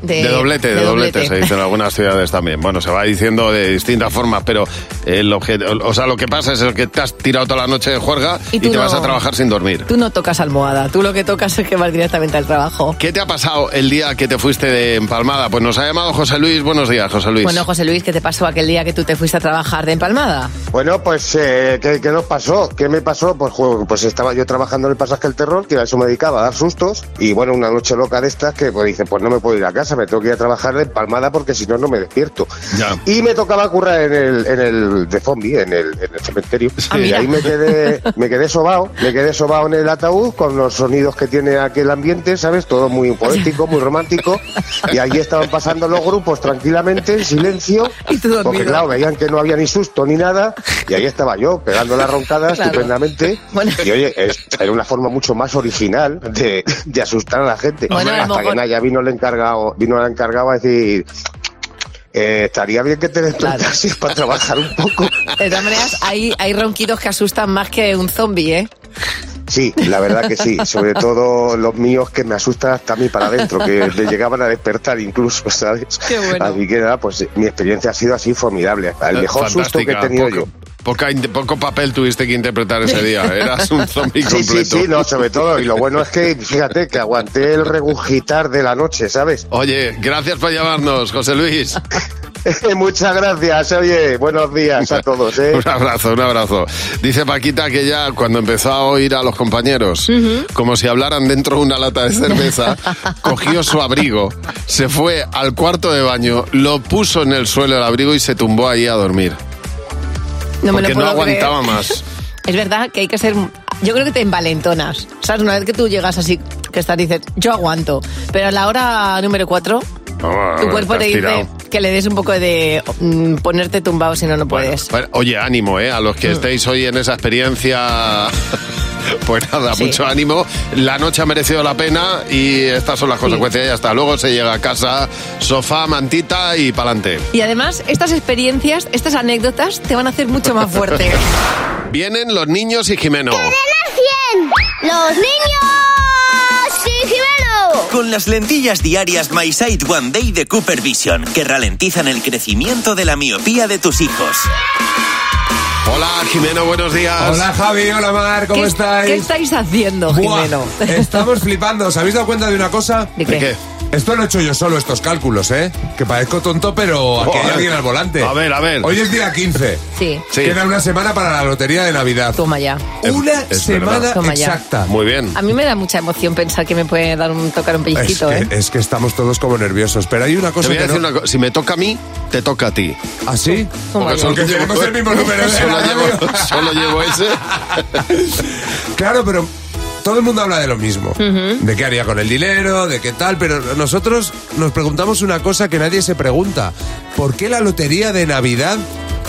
[SPEAKER 4] de-
[SPEAKER 3] De doblete, de, doblete, se dice en algunas ciudades también. Bueno, se va diciendo de distintas formas, pero el obje- o sea, lo que pasa es el que te has tirado toda la noche de juerga y,
[SPEAKER 4] Y tú
[SPEAKER 3] te
[SPEAKER 4] no.
[SPEAKER 3] vas a trabajar sin dormir.
[SPEAKER 4] Tú no tocas almohada, tú lo que tocas es que vas directamente al trabajo.
[SPEAKER 3] ¿Qué te ha pasado el día que te fuiste de empalmada? Pues nos ha llamado José Luis. Buenos días, José Luis.
[SPEAKER 4] Bueno, José Luis, ¿qué te pasó aquel día que tú te fuiste a trabajar de empalmada?
[SPEAKER 26] Bueno, pues, eh, ¿qué, qué nos pasó? ¿Qué me pasó? Pues, jo, pues estaba yo trabajando en el pasaje del terror, que a eso me dedicaba, a dar sustos. Y bueno, una noche loca de estas que pues, dice, pues no me puedo ir a casa, me tengo que ir a trabajar de empalmada porque si no, no me despierto. Y me tocaba currar en el, en el de zombie, en el, en el cementerio. y
[SPEAKER 2] mira.
[SPEAKER 26] ahí me quedé, me quedé sobao, me quedé sobao en el ataúd con los sonidos que tiene aquel ambiente, ¿sabes? Todo muy poético, muy romántico. Y allí estaban pasando los grupos tranquilamente, en silencio. Porque
[SPEAKER 4] dormido.
[SPEAKER 26] claro, veían que no había ni susto ni nada. Y ahí estaba yo, pegando la roncada
[SPEAKER 4] Claro.
[SPEAKER 26] estupendamente. Y oye, es- era una forma mucho más original de, de asustar a la gente.
[SPEAKER 4] Bueno, a lo
[SPEAKER 26] Hasta que
[SPEAKER 4] mejor-
[SPEAKER 26] nada, ya vino el encargado, vino el encargado a decir. "Eh, estaría bien que te despertases para trabajar un poco.
[SPEAKER 4] De todas maneras, hay, hay ronquidos que asustan más que un zombie, ¿eh?
[SPEAKER 26] sí, la verdad que sí. Sobre todo los míos que me asustan hasta a mí para adentro, que le llegaban a despertar incluso, ¿sabes?
[SPEAKER 3] Qué bueno.
[SPEAKER 26] Así que nada, pues mi experiencia ha sido así formidable. El mejor susto que he
[SPEAKER 3] Fantástica,
[SPEAKER 26] tenido
[SPEAKER 3] poco-
[SPEAKER 26] yo.
[SPEAKER 3] poca in- poco papel tuviste que interpretar ese día. Eras un zombie
[SPEAKER 26] Sí,
[SPEAKER 3] completo.
[SPEAKER 26] sí, sí, no, sobre todo. Y lo bueno es que, fíjate, que aguanté el regurgitar de la noche, ¿sabes?
[SPEAKER 3] Oye, gracias por llamarnos, José Luis.
[SPEAKER 26] Muchas gracias, oye, Eh, buenos días a todos, ¿eh?
[SPEAKER 3] Un abrazo, un abrazo. Dice Paquita que ya cuando empezó a oír a los compañeros, como si hablaran dentro de una lata de cerveza, cogió su abrigo, se fue al cuarto de baño, lo puso en el suelo el abrigo y se tumbó ahí a dormir.
[SPEAKER 4] No me lo
[SPEAKER 3] porque no
[SPEAKER 4] puedo creer.
[SPEAKER 3] aguantaba más.
[SPEAKER 4] Es verdad que hay que ser. Yo creo que te envalentonas. ¿Sabes? Una vez que tú llegas así, que estás, dices, yo aguanto. Pero a la hora número cuatro, tu cuerpo te
[SPEAKER 3] te has
[SPEAKER 4] dice
[SPEAKER 3] tirado.
[SPEAKER 4] que le des un poco de mm, ponerte tumbado si no, no puedes.
[SPEAKER 3] Bueno, oye, ánimo, ¿eh? A los que estéis hoy en esa experiencia. Pues nada,
[SPEAKER 4] Sí.
[SPEAKER 3] mucho ánimo. La noche ha merecido la pena y estas son las consecuencias. Y hasta luego se llega a casa, sofá, mantita y pa'lante.
[SPEAKER 4] Y además, estas experiencias, estas anécdotas, te van a hacer mucho más fuerte.
[SPEAKER 3] Vienen los niños y Jimeno.
[SPEAKER 2] ¡Los niños! ¡Sí, Jimeno!
[SPEAKER 5] Con las lentillas diarias My Sight One Day de Cooper Vision, que ralentizan el crecimiento de la miopía de tus hijos.
[SPEAKER 3] Hola, Jimeno, buenos días.
[SPEAKER 1] Hola Javi, hola Mar, ¿cómo
[SPEAKER 4] ¿Qué,
[SPEAKER 1] estáis?
[SPEAKER 4] ¿Qué estáis haciendo,
[SPEAKER 1] Buah, Eh,
[SPEAKER 4] Jimeno?
[SPEAKER 1] Estamos flipando. ¿Os habéis dado cuenta de una cosa?
[SPEAKER 4] ¿De qué? ¿De qué?
[SPEAKER 1] Esto lo he hecho yo solo, estos cálculos, ¿eh? Que parezco tonto, pero aquí hay
[SPEAKER 3] Joder.
[SPEAKER 1] alguien al volante.
[SPEAKER 3] A ver, a ver.
[SPEAKER 1] Hoy es día 15.
[SPEAKER 4] Sí.
[SPEAKER 1] Queda una semana para la lotería de Navidad.
[SPEAKER 4] Toma ya.
[SPEAKER 1] Una
[SPEAKER 4] Es
[SPEAKER 1] semana
[SPEAKER 4] verdad. Toma ya.
[SPEAKER 1] exacta.
[SPEAKER 3] Muy bien.
[SPEAKER 4] A mí me da mucha emoción pensar que me puede dar un tocar un
[SPEAKER 1] Es
[SPEAKER 4] pellizquito,
[SPEAKER 1] que,
[SPEAKER 4] ¿eh?
[SPEAKER 1] es que estamos todos como nerviosos. Pero hay una cosa
[SPEAKER 3] Te voy a
[SPEAKER 1] que
[SPEAKER 3] decir
[SPEAKER 1] no-
[SPEAKER 3] una cosa. Si me toca a mí, te toca a ti.
[SPEAKER 1] ¿Ah, sí?
[SPEAKER 3] Porque
[SPEAKER 1] Porque tenemos el mismo número de
[SPEAKER 3] Solo
[SPEAKER 1] la
[SPEAKER 3] llevo,
[SPEAKER 1] radio.
[SPEAKER 3] solo llevo ese.
[SPEAKER 1] Claro, pero todo el mundo habla de lo mismo.
[SPEAKER 3] Ujú.
[SPEAKER 1] De qué haría con el dinero, de qué tal, pero nosotros nos preguntamos una cosa que nadie se pregunta. ¿Por qué la lotería de Navidad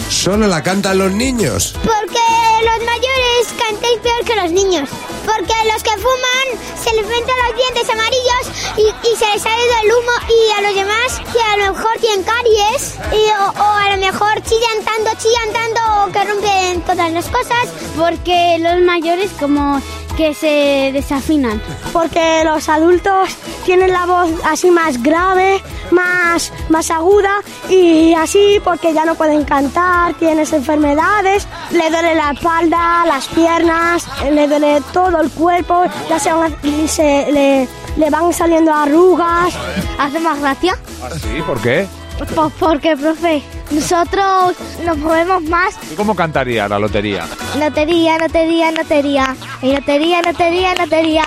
[SPEAKER 1] solo la cantan los niños?
[SPEAKER 2] Porque los mayores cantáis peor que los niños. Porque los que fuman se les pintan los dientes amarillos y, y se les sale del humo y a los demás que a lo mejor tienen caries y, o, o a lo mejor chillan tanto, chillan tanto o que rompen todas las cosas. Porque los mayores como que se desafinan. Porque los adultos tienen la voz así más grave, más, más aguda y así porque ya no pueden cantar, tienes enfermedades, le duele la espalda, las piernas, le duele todo el cuerpo, ya se, van- se- le, le van saliendo arrugas. ¿Hace más gracia?
[SPEAKER 3] Ah,
[SPEAKER 6] ¿Sí? ¿Por qué?
[SPEAKER 2] Pues porque, profe, nosotros nos movemos más
[SPEAKER 6] ¿Y cómo cantaría la lotería?
[SPEAKER 2] Lotería, lotería, lotería. Y lotería, lotería, lotería.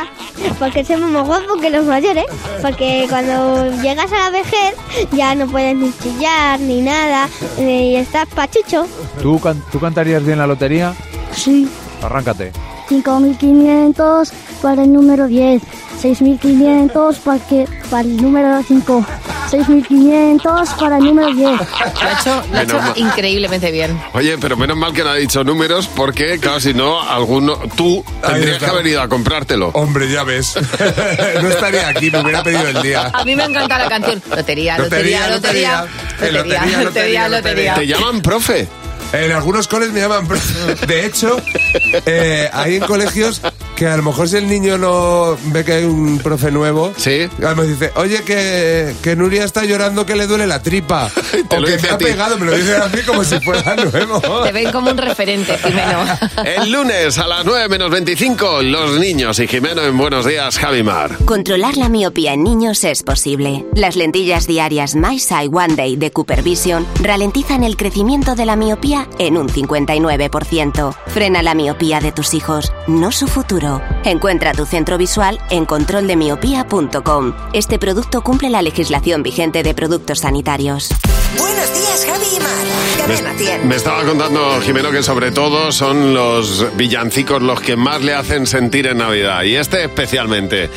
[SPEAKER 2] Porque somos más guapos que los mayores. Porque cuando llegas a la vejez ya no puedes ni chillar ni nada. Eh, Y estás pachucho.
[SPEAKER 6] ¿Tú, can- ¿Tú cantarías bien la lotería?
[SPEAKER 2] Sí.
[SPEAKER 6] Arráncate.
[SPEAKER 2] 5.500 para el número 10. 6.500 para, que- para el número 5. 6.500 para el número 10.
[SPEAKER 4] Lo ha hecho, lo ha hecho
[SPEAKER 3] Menos mal.
[SPEAKER 4] increíblemente bien.
[SPEAKER 3] Oye, pero menos mal que no ha dicho números, porque, claro, si no, alguno. Tú tendrías que haber ido a comprártelo.
[SPEAKER 1] Hombre, ya ves. no estaría aquí, me hubiera pedido el día.
[SPEAKER 4] A mí me encanta la canción. Lotería, lotería, lotería.
[SPEAKER 1] Eh,
[SPEAKER 4] Lotería, lotería, lotería.
[SPEAKER 3] ¿Te llaman profe?
[SPEAKER 1] En algunos coles me llaman profe. De hecho, eh, hay en colegios que a lo mejor si el niño no ve que hay un profe nuevo, además dice, oye, que, que Nuria está llorando que le duele la tripa. o
[SPEAKER 3] lo
[SPEAKER 1] que
[SPEAKER 3] dice
[SPEAKER 1] me
[SPEAKER 3] a
[SPEAKER 1] ha
[SPEAKER 3] ti.
[SPEAKER 1] pegado, me lo dice a mí como si
[SPEAKER 4] Pues,
[SPEAKER 1] fuera nuevo.
[SPEAKER 4] Te ven como un referente, Jimeno.
[SPEAKER 3] El lunes a las 9 menos 25, los niños y Jimeno en Buenos Días, Javimar.
[SPEAKER 20] Controlar la miopía en niños es posible. Las lentillas diarias My Sight One Day de Cooper Vision ralentizan el crecimiento de la miopía en un 59%. Frena la miopía de tus hijos, no su futuro. Encuentra tu centro visual en controldemiopía.com. Este producto cumple la legislación vigente de productos sanitarios.
[SPEAKER 24] Buenos días, Javi y Mar.
[SPEAKER 3] Pues-
[SPEAKER 24] Cadena 100.
[SPEAKER 3] Me estaba contando Jimeno que sobre todo son los villancicos los que más le hacen sentir en Navidad y este especialmente.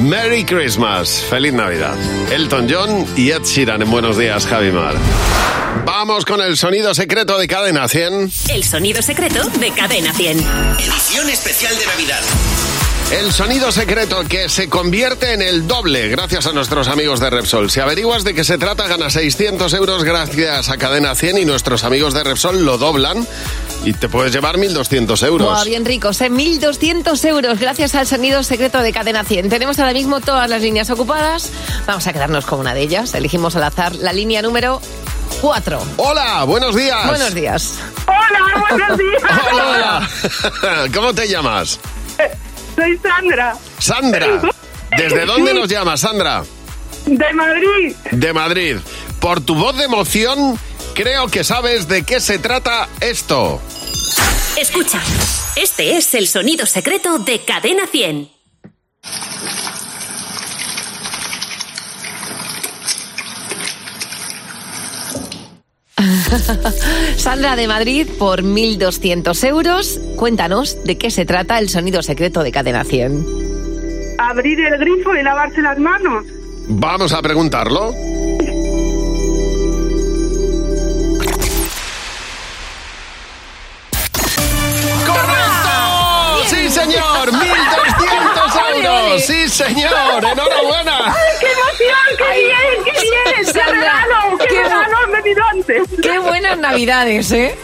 [SPEAKER 3] Merry Christmas, feliz Navidad. Elton John y Ed Sheeran en Buenos Días, Javimar. Vamos con el sonido secreto de Cadena 100.
[SPEAKER 20] El sonido secreto de Cadena 100.
[SPEAKER 5] Edición especial de Navidad.
[SPEAKER 3] El sonido secreto que se convierte en el doble gracias a nuestros amigos de Repsol. Si averiguas de qué se trata, gana 600 euros gracias a Cadena 100 y nuestros amigos de Repsol lo doblan Y te puedes llevar 1.200 euros.
[SPEAKER 4] Buah, bien ricos, ¿eh? 1.200 euros gracias al sonido secreto de Cadena 100. Tenemos ahora mismo todas las líneas ocupadas. Vamos a quedarnos con una de ellas. Elegimos al azar la línea número 4.
[SPEAKER 3] Hola, buenos días.
[SPEAKER 4] Buenos días.
[SPEAKER 7] Hola, buenos días.
[SPEAKER 3] Hola. ¿Cómo te llamas?
[SPEAKER 7] Soy Sandra,
[SPEAKER 3] Sandra. ¿Desde dónde nos llamas, Sandra?
[SPEAKER 7] de Madrid.
[SPEAKER 3] De Madrid. Por tu voz de emoción, creo que sabes de qué se trata esto.
[SPEAKER 8] Escucha, este es el sonido secreto de Cadena 100.
[SPEAKER 4] Sandra de Madrid por 1.200 euros. Cuéntanos de qué se trata el sonido secreto de Cadena 100.
[SPEAKER 7] Abrir el grifo y lavarse las manos.
[SPEAKER 3] Vamos a preguntarlo. ¡Correcto! ¡Sí, señor! ¡1.200 euros! ¡Sí, señor! ¡Enhorabuena!
[SPEAKER 7] ¡Ay, qué emoción! ¡Qué
[SPEAKER 4] Ay,
[SPEAKER 7] bien! ¡Qué bien! ¡Qué
[SPEAKER 4] Sandra,
[SPEAKER 7] regalo! ¡Qué
[SPEAKER 4] qué bu-
[SPEAKER 7] regalo han venido antes!
[SPEAKER 4] Qué buenas navidades, ¿eh?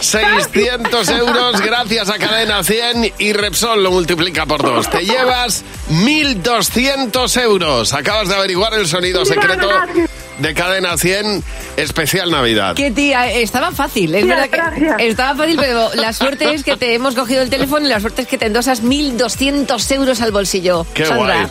[SPEAKER 3] 600 euros gracias a Cadena 100 y Repsol lo multiplica por dos. Te llevas 1.200 euros. Acabas de averiguar el sonido
[SPEAKER 4] Mira,
[SPEAKER 3] secreto
[SPEAKER 4] gracias.
[SPEAKER 3] de Cadena 100 especial Navidad.
[SPEAKER 4] Qué tía, eh, estaba fácil, es
[SPEAKER 7] Tía,
[SPEAKER 4] verdad que estaba fácil, pero la suerte es que te hemos cogido el teléfono y la suerte es que te endosas 1.200 euros al bolsillo.
[SPEAKER 3] Qué
[SPEAKER 4] Sandra.
[SPEAKER 3] guay.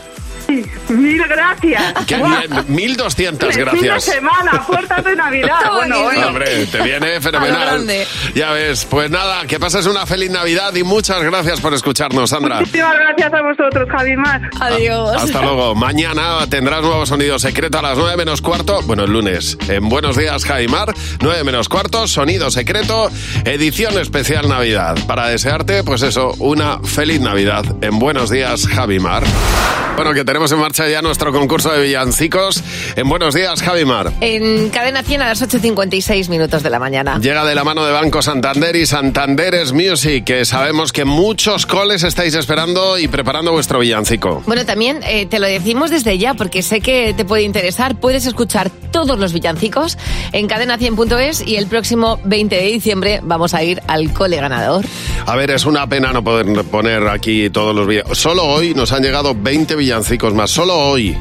[SPEAKER 7] Mil gracias.
[SPEAKER 3] Qué
[SPEAKER 7] Guau.
[SPEAKER 3] bien, 1.200
[SPEAKER 7] Fin de
[SPEAKER 3] gracias.
[SPEAKER 7] semana, puertas de Navidad.
[SPEAKER 4] Toma,
[SPEAKER 7] bueno,
[SPEAKER 4] que
[SPEAKER 7] bueno.
[SPEAKER 3] Hombre, te viene
[SPEAKER 7] A lo
[SPEAKER 3] fenomenal.
[SPEAKER 7] grande.
[SPEAKER 3] Ya ves, pues nada, que pases una feliz Navidad y muchas gracias por escucharnos, Sandra.
[SPEAKER 7] Muchísimas gracias a vosotros, Javimar.
[SPEAKER 4] Adiós.
[SPEAKER 3] Hasta luego. Mañana tendrás nuevo sonido secreto a las 9 menos cuarto. Bueno, el lunes. En Buenos Días, Jaimar. 9 menos cuarto, sonido secreto, edición especial Navidad. Para desearte, pues eso, una feliz Navidad. En Buenos Días, Javimar. Bueno, que tenemos en marcha ya nuestro concurso de villancicos. En Buenos Días, Javimar.
[SPEAKER 4] En Cadena 100 a las 8.56 minutos de la mañana.
[SPEAKER 3] Llega de la mano de Banco Santander y Santanderes Music, que sabemos que muchos coles estáis esperando y preparando vuestro villancico.
[SPEAKER 4] Bueno, también eh, te lo decimos desde ya porque sé que te puede interesar. Puedes escuchar todos los villancicos en cadena100.es y el próximo 20 de diciembre vamos a ir al cole ganador.
[SPEAKER 3] A ver, es una pena no poder poner aquí todos los villancicos. Solo hoy nos han llegado 20 villancicos más. Solo hoy.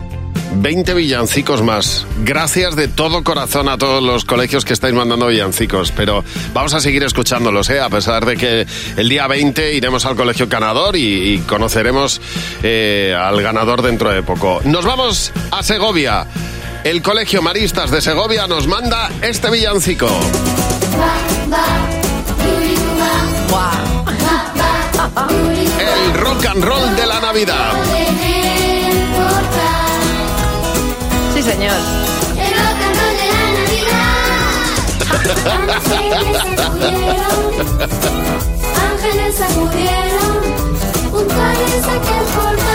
[SPEAKER 3] 20 villancicos más. Gracias de todo corazón a todos los colegios que estáis mandando villancicos. Pero vamos a seguir escuchándolos, ¿eh? A pesar de que el día 20 iremos al colegio ganador y, y conoceremos eh, al ganador dentro de poco. Nos vamos a Segovia. El colegio Maristas de Segovia nos manda este villancico. El rock and roll de la Navidad.
[SPEAKER 4] Sí, señor.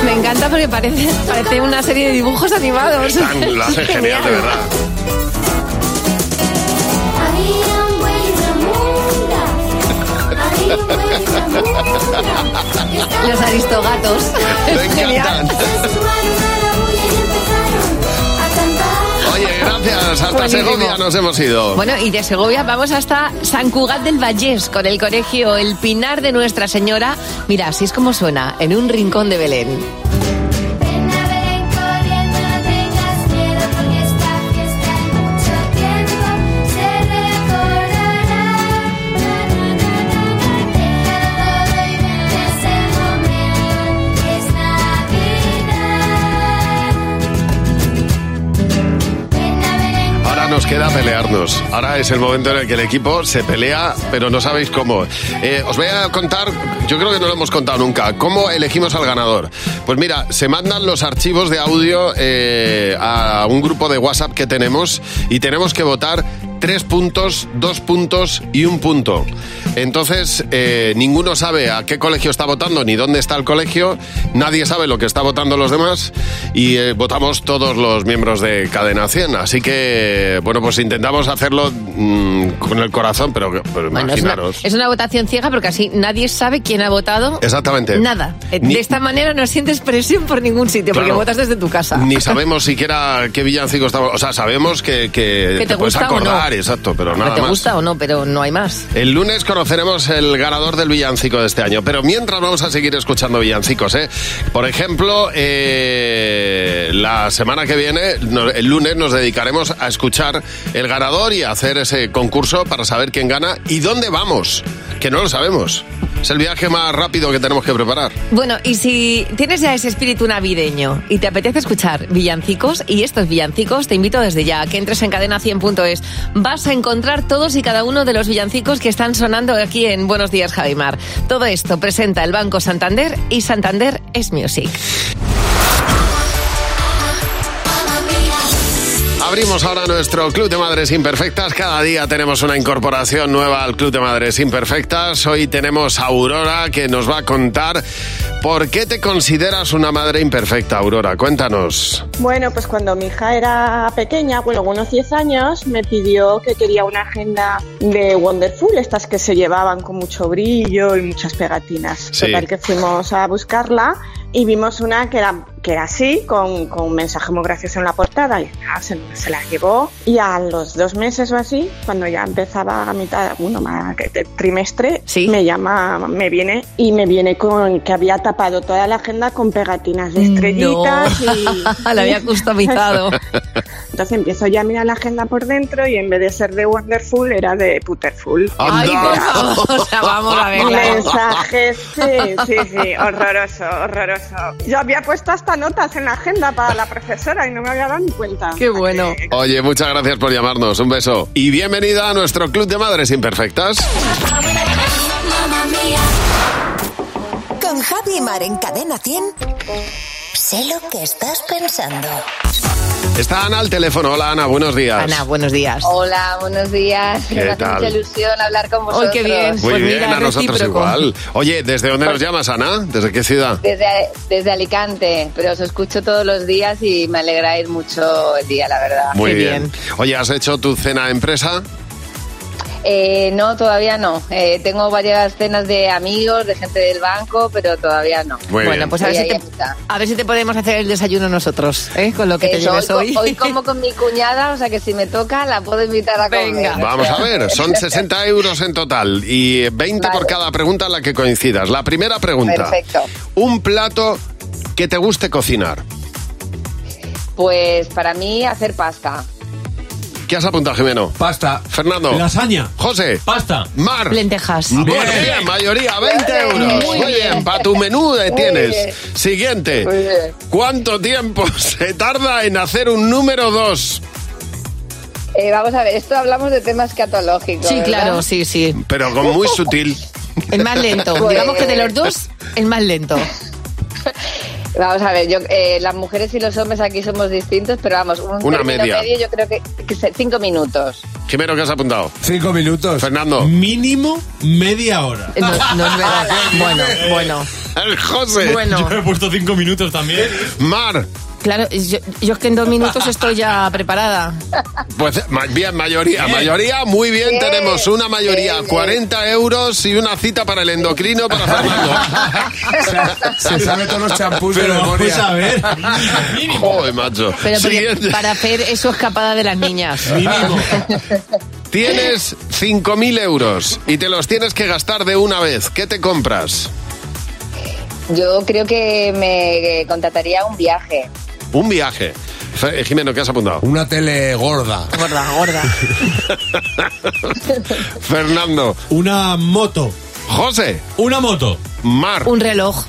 [SPEAKER 4] Me encanta porque parece, parece una serie de dibujos animados.
[SPEAKER 3] Tan- lo hace genial, de verdad.
[SPEAKER 4] Los aristogatos.
[SPEAKER 3] Me
[SPEAKER 4] Genial.
[SPEAKER 3] encantan. Oye, gracias. Hasta
[SPEAKER 4] Buenísimo.
[SPEAKER 3] Segovia nos hemos ido.
[SPEAKER 4] Bueno, y de Segovia vamos hasta San Cugat del Vallés con el colegio El Pinar de Nuestra Señora. Mira, así es como suena, en un rincón de Belén.
[SPEAKER 3] Ahora nos queda pelearnos. Ahora es el momento en el que el equipo se pelea, pero no sabéis cómo. Eh, os voy a contar, yo creo que no lo hemos contado nunca, cómo elegimos al ganador. Pues mira, se mandan los archivos de audio eh, a un grupo de WhatsApp que tenemos y tenemos que votar tres puntos, dos puntos y un punto. Entonces, eh, ninguno sabe a qué colegio está votando ni dónde está el colegio, nadie sabe lo que está votando los demás y eh, votamos todos los miembros de Cadena 100. Así que, bueno, pues intentamos hacerlo mm, con el corazón, pero, pero
[SPEAKER 4] Bueno, es una,
[SPEAKER 3] imaginaros.
[SPEAKER 4] es una votación ciega porque así nadie sabe quién ha votado.
[SPEAKER 3] Exactamente.
[SPEAKER 4] Nada. Eh,
[SPEAKER 3] Ni-
[SPEAKER 4] De esta manera no sientes presión por ningún sitio porque
[SPEAKER 3] Claro.
[SPEAKER 4] votas desde tu casa.
[SPEAKER 3] Ni sabemos siquiera qué villancico estamos. O sea, sabemos que, que
[SPEAKER 4] Que te
[SPEAKER 3] puedes
[SPEAKER 4] gusta o no.
[SPEAKER 3] acordar Ferrari, exacto, pero
[SPEAKER 4] Hombre,
[SPEAKER 3] nada
[SPEAKER 4] ¿Te
[SPEAKER 3] más.
[SPEAKER 4] gusta o no? Pero no hay más.
[SPEAKER 3] El lunes conoceremos el ganador del villancico de este año, pero mientras vamos a seguir escuchando villancicos, ¿eh? Por ejemplo, eh, la semana que viene, no- el lunes, nos dedicaremos a escuchar el ganador y a hacer ese concurso para saber quién gana y dónde vamos, que no lo sabemos. Es el viaje más rápido que tenemos que preparar.
[SPEAKER 4] Bueno, y si tienes ya ese espíritu navideño y te apetece escuchar villancicos y estos villancicos, te invito desde ya a que entres en cadena100.es. Vas a encontrar todos y cada uno de los villancicos que están sonando aquí en Buenos Días, Javimar. Todo esto presenta el Banco Santander y Santander es Music.
[SPEAKER 3] Abrimos ahora nuestro Club de Madres Imperfectas. Cada día tenemos una incorporación nueva al Club de Madres Imperfectas. Hoy tenemos a Aurora que nos va a contar por qué te consideras una madre imperfecta, Aurora. Cuéntanos.
[SPEAKER 9] Bueno, pues cuando mi hija era pequeña, bueno, unos 10 años, me pidió que quería una agenda de Wonderful, estas que se llevaban con mucho brillo y muchas pegatinas.
[SPEAKER 10] Sí.
[SPEAKER 9] Total que fuimos a buscarla y vimos una que era, que era así, con, con un mensaje muy gracioso en la portada y ah, se, se la llevó. Y a los dos meses o así, cuando ya empezaba a mitad, bueno, más que te- trimestre, me llama, me viene y me viene con que había tapado toda la agenda con pegatinas de estrellitas
[SPEAKER 4] No.
[SPEAKER 9] y
[SPEAKER 4] La había customizado.
[SPEAKER 9] Entonces empiezo ya a mirar la agenda por dentro y en vez de ser de Wonderful era de Puterful.
[SPEAKER 4] Ay, por favor, o sea, vamos a ver. claro.
[SPEAKER 9] Mensajes, sí, sí, sí, horroroso, horroroso. Yo había puesto hasta notas en la agenda para la profesora y no me había dado ni cuenta.
[SPEAKER 4] Qué bueno.
[SPEAKER 3] Oye, muchas gracias por llamarnos. Un beso. Y bienvenida a nuestro Club de Madres Imperfectas.
[SPEAKER 24] Con Javi y Mar en Cadena 100. Sé lo que estás pensando.
[SPEAKER 3] Está Ana al teléfono. Hola, Ana. Buenos días.
[SPEAKER 4] Ana, buenos días.
[SPEAKER 11] Hola, buenos días.
[SPEAKER 3] ¿Qué
[SPEAKER 11] Me hace
[SPEAKER 3] tal?
[SPEAKER 11] mucha ilusión hablar con vosotros.
[SPEAKER 4] qué bien.
[SPEAKER 3] Muy
[SPEAKER 4] Pues
[SPEAKER 3] bien,
[SPEAKER 4] mira,
[SPEAKER 3] a nosotros
[SPEAKER 4] recíproco.
[SPEAKER 3] igual. Oye, ¿desde dónde nos llamas, Ana? ¿Desde qué ciudad?
[SPEAKER 11] Desde, desde Alicante, pero os escucho todos los días y me alegráis mucho el día, la verdad.
[SPEAKER 3] Muy bien. Oye, ¿has hecho tu cena empresa?
[SPEAKER 11] Eh, no, todavía no. Eh, tengo varias cenas de amigos, de gente del banco, pero todavía no.
[SPEAKER 3] Muy
[SPEAKER 4] bueno,
[SPEAKER 3] bien.
[SPEAKER 4] pues a ver,
[SPEAKER 11] Ahí,
[SPEAKER 4] si te,
[SPEAKER 11] ahí está.
[SPEAKER 4] a ver si te podemos hacer el desayuno nosotros, ¿eh? con lo que te
[SPEAKER 11] Eso,
[SPEAKER 4] lleves
[SPEAKER 11] hoy,
[SPEAKER 4] hoy.
[SPEAKER 11] co- hoy como con mi cuñada, o sea que si me toca la puedo invitar a comer.
[SPEAKER 3] Vamos a ver, son 60 euros en total y 20 por cada pregunta en la que coincidas. La primera pregunta.
[SPEAKER 11] Perfecto.
[SPEAKER 3] Un plato que te guste cocinar.
[SPEAKER 11] Pues para mí hacer pasta.
[SPEAKER 3] ¿Qué has apuntado, Jimeno? Pasta. Fernando.
[SPEAKER 15] Lasaña.
[SPEAKER 3] José.
[SPEAKER 15] Pasta.
[SPEAKER 3] Mar.
[SPEAKER 4] Lentejas.
[SPEAKER 3] Bueno, bien, mayoría, 20 euros. Muy, bien, para tu menú de
[SPEAKER 11] Muy
[SPEAKER 3] tienes.
[SPEAKER 11] bien.
[SPEAKER 3] Siguiente.
[SPEAKER 11] Muy bien.
[SPEAKER 3] ¿Cuánto tiempo se tarda en hacer un número 2?
[SPEAKER 11] Eh, vamos a ver, esto hablamos de temas catológicos.
[SPEAKER 4] Sí,
[SPEAKER 11] ¿verdad?
[SPEAKER 4] claro, sí, sí.
[SPEAKER 3] Pero con muy sutil.
[SPEAKER 4] El más lento.
[SPEAKER 11] Pues-
[SPEAKER 4] Digamos que de los dos, el más lento.
[SPEAKER 11] Vamos a ver, yo, eh, las mujeres y los hombres aquí somos distintos, pero vamos, un
[SPEAKER 3] Una
[SPEAKER 11] término
[SPEAKER 3] media.
[SPEAKER 11] medio yo creo que, que se- cinco minutos.
[SPEAKER 3] Jimeno, ¿qué has apuntado? Cinco minutos. Fernando.
[SPEAKER 15] Mínimo media hora.
[SPEAKER 4] No, no es verdad. Bueno, bueno.
[SPEAKER 3] El José.
[SPEAKER 4] Bueno.
[SPEAKER 15] Yo he puesto cinco minutos también.
[SPEAKER 3] Mar.
[SPEAKER 4] Claro, yo, yo es que en dos minutos estoy ya preparada.
[SPEAKER 3] Pues ma- bien, mayoría,
[SPEAKER 4] Bien.
[SPEAKER 3] mayoría, muy bien,
[SPEAKER 4] Bien,
[SPEAKER 3] tenemos una mayoría,
[SPEAKER 4] bien, bien.
[SPEAKER 3] 40 euros y una cita para el endocrino para Fernando.
[SPEAKER 1] Se sabe todos los champús de
[SPEAKER 3] Pero vamos
[SPEAKER 1] memoria.
[SPEAKER 3] a ver. Joder, macho.
[SPEAKER 4] Pero porque
[SPEAKER 3] Siguiente.
[SPEAKER 4] para hacer eso escapada de las niñas.
[SPEAKER 3] Tienes 5.000 euros y te los tienes que gastar de una vez. ¿Qué te compras?
[SPEAKER 11] Yo creo que me eh, contrataría un viaje.
[SPEAKER 3] Un viaje. Fe- eh, Jimeno, ¿qué has apuntado? Una tele gorda.
[SPEAKER 4] Gorda, gorda.
[SPEAKER 3] Fernando.
[SPEAKER 15] Una moto.
[SPEAKER 3] José.
[SPEAKER 15] Una moto.
[SPEAKER 3] Mar.
[SPEAKER 4] Un reloj.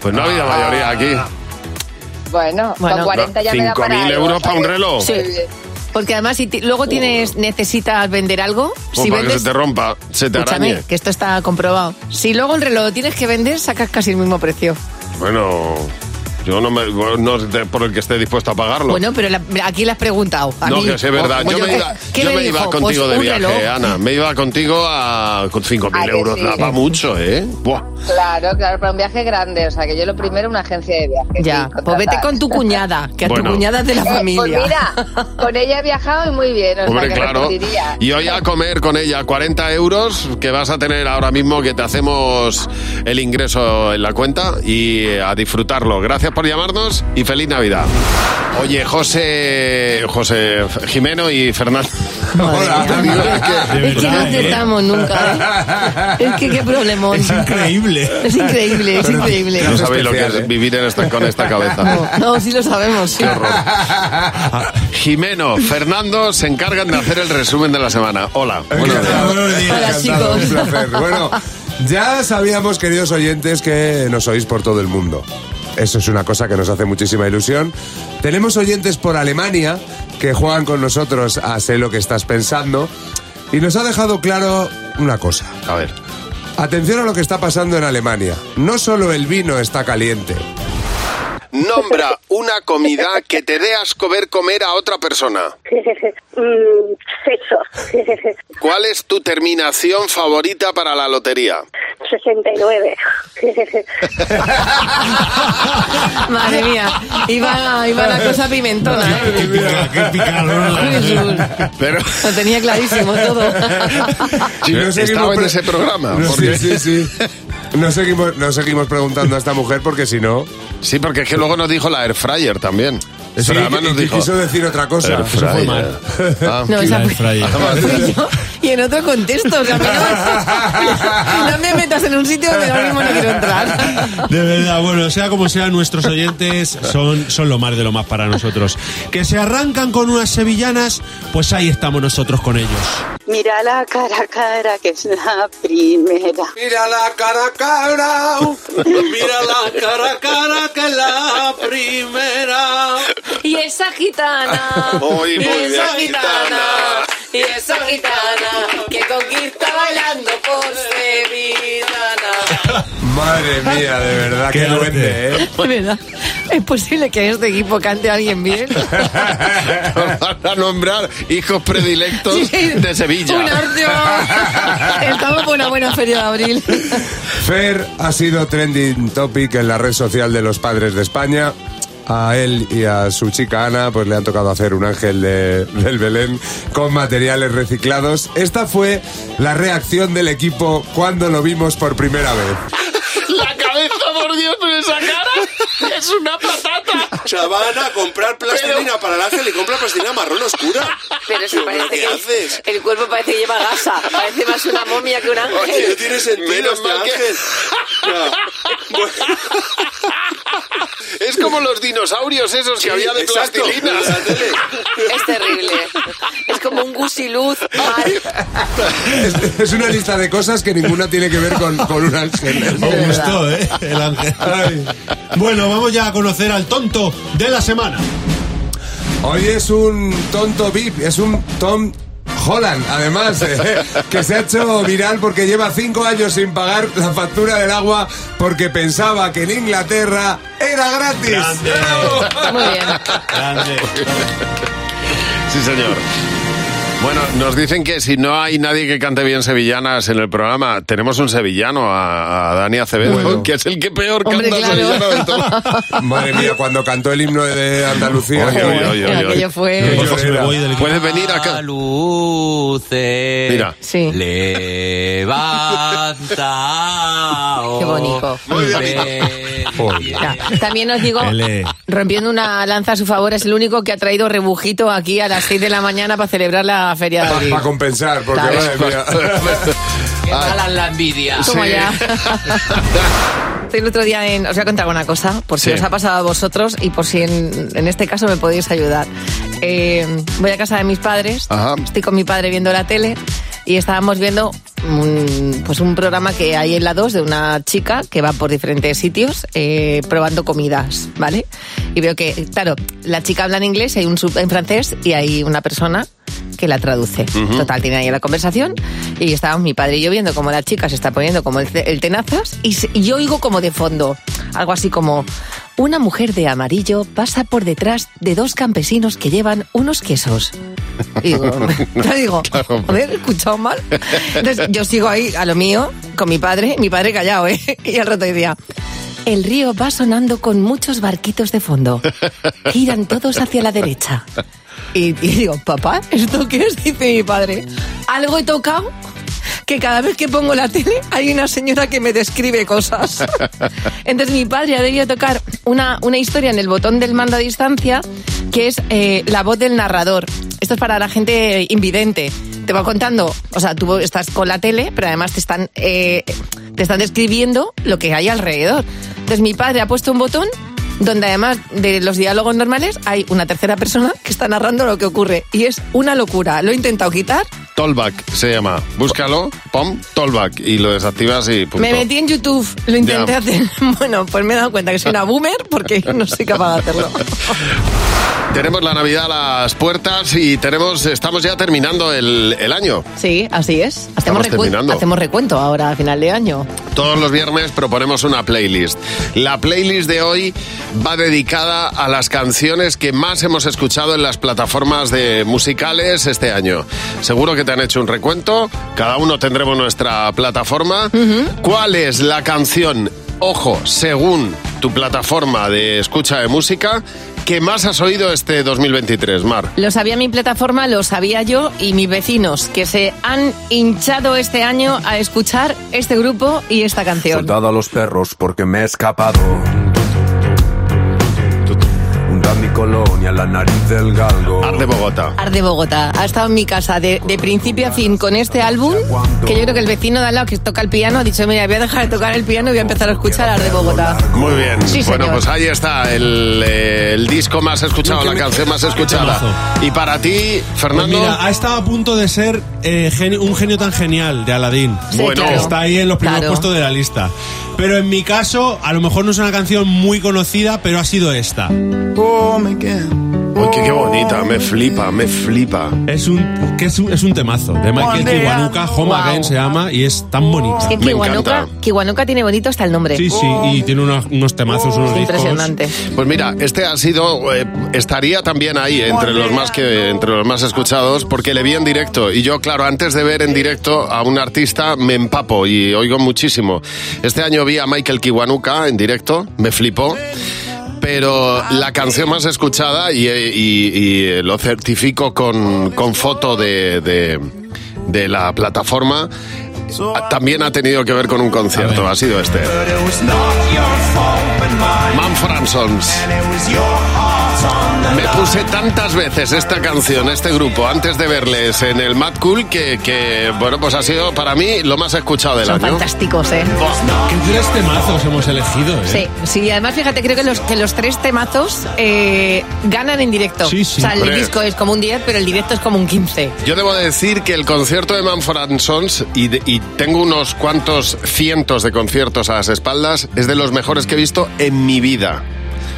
[SPEAKER 3] Pues no ha habido
[SPEAKER 15] Ah.
[SPEAKER 3] mayoría aquí.
[SPEAKER 11] Bueno,
[SPEAKER 4] Bueno.
[SPEAKER 11] con 40 ya me da para
[SPEAKER 3] 5.000
[SPEAKER 11] algo,
[SPEAKER 3] euros para un
[SPEAKER 11] ¿sabes? Muy
[SPEAKER 3] reloj.
[SPEAKER 4] Sí.
[SPEAKER 11] bien.
[SPEAKER 4] Porque además, si ti- luego tienes, necesitas vender algo,
[SPEAKER 3] O
[SPEAKER 4] si
[SPEAKER 3] Oh, para que
[SPEAKER 4] vendes.
[SPEAKER 3] se te rompa, se te
[SPEAKER 4] Escúchame,
[SPEAKER 3] arañe.
[SPEAKER 4] que esto está comprobado. Si luego el reloj tienes que vender, sacas casi el mismo precio.
[SPEAKER 3] Bueno, yo no me no es de- por el que esté dispuesto a pagarlo.
[SPEAKER 4] Bueno, pero la- aquí le has preguntado. A
[SPEAKER 3] no,
[SPEAKER 4] mí.
[SPEAKER 3] que sí, es verdad.
[SPEAKER 4] O-
[SPEAKER 3] Yo
[SPEAKER 4] oye,
[SPEAKER 3] me iba,
[SPEAKER 4] ¿qué
[SPEAKER 3] yo
[SPEAKER 4] le
[SPEAKER 3] me iba
[SPEAKER 4] dijo?
[SPEAKER 3] contigo
[SPEAKER 4] Pues
[SPEAKER 3] de
[SPEAKER 4] un
[SPEAKER 3] viaje,
[SPEAKER 4] reloj. Ah,
[SPEAKER 3] Ana. Me iba contigo a, con 5.000
[SPEAKER 11] ¿A que
[SPEAKER 3] euros.
[SPEAKER 11] sí?
[SPEAKER 3] Daba mucho, ¿eh? Buah.
[SPEAKER 11] Claro, claro, para un viaje grande, o sea que yo lo primero una agencia de viajes.
[SPEAKER 4] Ya,
[SPEAKER 11] sí,
[SPEAKER 4] pues vete
[SPEAKER 11] contratar.
[SPEAKER 4] con tu cuñada, que a
[SPEAKER 3] Bueno.
[SPEAKER 4] tu cuñada es de la
[SPEAKER 11] Eh,
[SPEAKER 4] familia.
[SPEAKER 11] Pues mira, con ella he viajado y muy bien, o
[SPEAKER 3] Hombre,
[SPEAKER 11] sea que
[SPEAKER 3] claro.
[SPEAKER 11] repetiría.
[SPEAKER 3] Y hoy a comer con ella 40 euros que vas a tener ahora mismo que te hacemos el ingreso en la cuenta y eh, a disfrutarlo. Gracias Gracias por llamarnos y feliz Navidad. Oye, José, José Jimeno y Fernando.
[SPEAKER 4] Es que no acertamos nunca, ¿eh? Es que qué problemón. Es
[SPEAKER 3] increíble.
[SPEAKER 4] Es increíble, es increíble.
[SPEAKER 3] No sabéis lo que
[SPEAKER 1] ¿eh?
[SPEAKER 3] es vivir en esta, con esta cabeza. Ah.
[SPEAKER 4] No, sí lo sabemos. sí.
[SPEAKER 3] Jimeno, Fernando se encargan de hacer el resumen de la semana. Hola. Buenos días.
[SPEAKER 1] Hola,
[SPEAKER 3] chicos.
[SPEAKER 1] Un placer. Bueno, ya sabíamos, queridos oyentes, que nos oís por todo el mundo. Eso es una cosa que nos hace muchísima ilusión. Tenemos oyentes por Alemania que juegan con nosotros a Sé lo que estás pensando. Y nos ha dejado claro una cosa.
[SPEAKER 3] A ver.
[SPEAKER 1] Atención a lo que está pasando en Alemania. No solo el vino está caliente.
[SPEAKER 3] Nombra una comida que te dé asco ver comer a otra persona.
[SPEAKER 10] Mm, sexo.
[SPEAKER 3] ¿Cuál es tu terminación favorita para la lotería?
[SPEAKER 10] 69.
[SPEAKER 4] Madre mía. Iba, iba la cosa pimentona, ¿eh?
[SPEAKER 3] Pero
[SPEAKER 4] Lo tenía clarísimo todo.
[SPEAKER 1] Y no
[SPEAKER 3] estaba
[SPEAKER 1] seguimos
[SPEAKER 3] en
[SPEAKER 1] pre-
[SPEAKER 3] ese programa.
[SPEAKER 1] No,
[SPEAKER 3] porque-
[SPEAKER 1] sí, sí, sí. No seguimos, no seguimos preguntando a esta mujer porque si no.
[SPEAKER 3] Sí, porque es que luego nos dijo la air fryer también.
[SPEAKER 1] Sí,
[SPEAKER 3] Pero además
[SPEAKER 1] y- y
[SPEAKER 3] nos dijo,
[SPEAKER 1] quiso decir otra cosa.
[SPEAKER 3] "Air
[SPEAKER 1] Eso fue
[SPEAKER 3] fryer".
[SPEAKER 1] mal.
[SPEAKER 3] Ah,
[SPEAKER 4] No, esa
[SPEAKER 3] air
[SPEAKER 4] fue-
[SPEAKER 3] fryer.
[SPEAKER 4] Fui yo, Y en otro contexto, o sea, que no, no me metas en un sitio donde ahora mismo no quiero entrar.
[SPEAKER 15] De verdad, bueno, sea como sea, nuestros oyentes son, son lo más de lo más para nosotros. Que se arrancan con unas sevillanas, pues ahí estamos nosotros con ellos.
[SPEAKER 12] Mira la cara a cara, que es la primera.
[SPEAKER 1] Mira la cara a cara.
[SPEAKER 12] Mira la cara a cara, que es la primera.
[SPEAKER 4] Y esa gitana.
[SPEAKER 12] Muy, muy
[SPEAKER 4] y esa
[SPEAKER 12] bien,
[SPEAKER 4] gitana. Y esa gitana que conquista bailando por Sevillana.
[SPEAKER 1] Madre mía, de verdad, qué, duende, ¿eh?
[SPEAKER 4] De verdad, ¿es posible que este equipo cante a alguien bien?
[SPEAKER 3] Van a nombrar hijos predilectos de Sevilla.
[SPEAKER 4] Un arte. Estamos por una buena feria de abril.
[SPEAKER 1] Fer ha sido trending topic en la red social de los padres de España. A él y a su chica Ana, pues le han tocado hacer un ángel de- del Belén con materiales reciclados. Esta fue la reacción del equipo cuando lo vimos por primera vez.
[SPEAKER 12] La cabeza, por Dios, pero esa cara es una patata.
[SPEAKER 13] Chavana, comprar plastilina para el ángel y comprar plastilina marrón oscura.
[SPEAKER 12] Pero se
[SPEAKER 13] parece
[SPEAKER 12] ¿Qué haces?
[SPEAKER 4] El cuerpo parece que lleva gasa. Parece más una momia Oh, que un
[SPEAKER 3] Oh,
[SPEAKER 13] Oye, no tiene sentido
[SPEAKER 3] Menos
[SPEAKER 13] este
[SPEAKER 3] mal que-
[SPEAKER 13] ángel. Ya.
[SPEAKER 3] Es como los dinosaurios esos que
[SPEAKER 12] Sí,
[SPEAKER 3] había de
[SPEAKER 12] exacto.
[SPEAKER 3] plastilina.
[SPEAKER 4] Es terrible. Es como un gusiluz mal.
[SPEAKER 1] Es, es una lista de cosas que ninguna tiene que ver con, con un ángel.
[SPEAKER 15] Me gustó, ¿eh? El ángel. Bueno, vamos ya a conocer al tonto de la semana.
[SPEAKER 1] Hoy es un tonto VIP, es un Tom Holland, además, eh, que se ha hecho viral porque lleva cinco años sin pagar la factura del agua porque pensaba que en Inglaterra era gratis. ¡Bravo!
[SPEAKER 4] Muy bien.
[SPEAKER 3] Sí, señor. Bueno, nos dicen que si no hay nadie que cante bien sevillanas en el programa, tenemos un sevillano, a, a Dani Acevedo, que es el que peor canta
[SPEAKER 1] Hombre, claro.
[SPEAKER 3] sevillano de todo.
[SPEAKER 1] Madre mía, cuando cantó el himno de Andalucía.
[SPEAKER 3] Oye, oye, oye, oye, Aquello oye. fue- Ojo, si me voy del equipo. Puedes venir acá.
[SPEAKER 14] Luces.
[SPEAKER 3] Mira.
[SPEAKER 4] Sí.
[SPEAKER 14] Levantaos.
[SPEAKER 4] Qué bonito.
[SPEAKER 14] Muy
[SPEAKER 4] Ya. También os digo,
[SPEAKER 14] Ele.
[SPEAKER 4] rompiendo una lanza a su favor, es el único que ha traído rebujito aquí a las 6 de la mañana para celebrar la feria de
[SPEAKER 1] Para
[SPEAKER 4] abril.
[SPEAKER 1] compensar, porque
[SPEAKER 14] Claro.
[SPEAKER 1] madre mía.
[SPEAKER 14] Mala la envidia.
[SPEAKER 4] Como ya. Estoy el otro día en. Os voy a contar una cosa, por si
[SPEAKER 14] Sí.
[SPEAKER 4] os ha pasado a vosotros y por si en, en este caso me podéis ayudar. Eh, voy a casa de mis padres, estoy con mi padre viendo la tele y estábamos viendo un, pues un programa que hay en la 2 de una chica que va por diferentes sitios eh, probando comidas, ¿vale? Y veo que, claro, la chica habla en inglés, hay un sub en francés y hay una persona que la traduce.
[SPEAKER 14] Ujú.
[SPEAKER 4] Total, tiene ahí la conversación y estábamos mi padre y yo viendo como la chica se está poniendo como el, ce- el tenazas y, se- y yo oigo como de fondo algo así como una mujer de amarillo pasa por detrás de dos campesinos que llevan unos quesos. Y digo, te digo, a ver, he escuchado mal. Entonces yo sigo ahí a lo mío con mi padre, mi padre callado, ¿eh? Y al rato decía, el río va sonando con muchos barquitos de fondo. Giran todos hacia la derecha. Y, y digo, papá, ¿esto qué es? Dice mi padre. Algo he tocado que cada vez que pongo la tele hay una señora que me describe cosas. Entonces mi padre ha debido tocar una, una historia en el botón del mando a distancia que es eh, la voz del narrador. Esto es para la gente invidente. Te va contando, o sea, tú estás con la tele, pero además te están, eh, te están describiendo lo que hay alrededor. Entonces mi padre ha puesto un botón donde además de los diálogos normales hay una tercera persona que está narrando lo que ocurre. Y es una locura. Lo he intentado quitar,
[SPEAKER 3] Tollback se llama. Búscalo, pom, Tollback. Y lo desactivas y punto.
[SPEAKER 4] Me metí en YouTube, lo intenté
[SPEAKER 3] Ya.
[SPEAKER 4] hacer. Bueno, pues me he dado cuenta que soy una boomer porque no soy capaz de hacerlo.
[SPEAKER 3] Tenemos la Navidad a las puertas y tenemos, estamos ya terminando el, el año.
[SPEAKER 4] Sí, así es. Hacemos,
[SPEAKER 3] Estamos terminando.
[SPEAKER 4] recuento, hacemos recuento ahora a final de año.
[SPEAKER 3] Todos los viernes proponemos una playlist. La playlist de hoy va dedicada a las canciones que más hemos escuchado en las plataformas de musicales este año. Seguro que te han hecho un recuento. Cada uno tendremos nuestra plataforma. ¿Cuál es la canción, ojo, según tu plataforma de escucha de música, que más has oído este 2023, Mar?
[SPEAKER 4] Lo sabía mi plataforma, lo sabía yo y mis vecinos que se han hinchado este año a escuchar este grupo y esta canción.
[SPEAKER 16] Soldado a los perros porque me he escapado. Hunda mi colonia en la nariz del galgo.
[SPEAKER 3] Ar de Bogotá.
[SPEAKER 4] Ar de Bogotá. Ha estado en mi casa de, de principio a fin con este álbum, que yo creo que el vecino de al lado que toca el piano ha dicho, mira, voy a dejar de tocar el piano y voy a empezar a escuchar Ar de Bogotá.
[SPEAKER 3] Muy bien.
[SPEAKER 4] Sí,
[SPEAKER 3] bueno,
[SPEAKER 4] señor.
[SPEAKER 3] pues ahí está el, eh, el disco más escuchado, la canción más escuchada. Y para ti, Fernando.
[SPEAKER 15] Pues mira, ha estado a punto de ser eh, geni- un genio tan genial de Aladdin.
[SPEAKER 3] Sí, Bueno. claro.
[SPEAKER 15] está ahí en los primeros
[SPEAKER 3] Claro.
[SPEAKER 15] puestos de la lista. Pero en mi caso, a lo mejor no es una canción muy conocida, pero ha sido esta.
[SPEAKER 3] Uy, qué, qué bonita, me flipa, me flipa.
[SPEAKER 15] Es un, que es un, es un temazo de Michael Kiwanuka, Home
[SPEAKER 4] Wow.
[SPEAKER 15] Again se llama, y es tan bonita.
[SPEAKER 4] Es que Kiwanuka, Kiwanuka tiene bonito hasta el nombre.
[SPEAKER 15] Sí, sí, y tiene unos, unos temazos, unos discos.
[SPEAKER 4] Impresionante.
[SPEAKER 3] Pues mira, este ha sido, eh, estaría también ahí entre los más que, entre los más escuchados, porque le vi en directo y yo, claro, antes de ver en directo a un artista me empapo y oigo muchísimo. Este año vi a Michael Kiwanuka en directo, me flipó. Pero la canción más escuchada, y, eh, y- y, eh, lo certifico con, con foto de, de- de la plataforma, ah, también ha tenido que ver con un concierto, ha sido este. Man Fransons. Me puse tantas veces esta canción, este grupo, antes de verles en el Mad Cool, que, que, bueno, pues ha sido para mí lo más escuchado del
[SPEAKER 4] Son
[SPEAKER 3] año.
[SPEAKER 4] fantásticos, ¿eh?
[SPEAKER 15] ¿Qué tres temazos hemos elegido? eh?
[SPEAKER 4] Sí, sí, además fíjate, creo que los, que los tres temazos eh, ganan en directo.
[SPEAKER 3] Sí,
[SPEAKER 4] O
[SPEAKER 3] sí.
[SPEAKER 4] sea, el
[SPEAKER 3] Hombre.
[SPEAKER 4] disco es como un 10, pero el directo es como un 15.
[SPEAKER 3] Yo debo decir que el concierto de Manfred Sons, y, de- y tengo unos cuantos cientos de conciertos a las espaldas, es de los mejores que he visto en mi vida.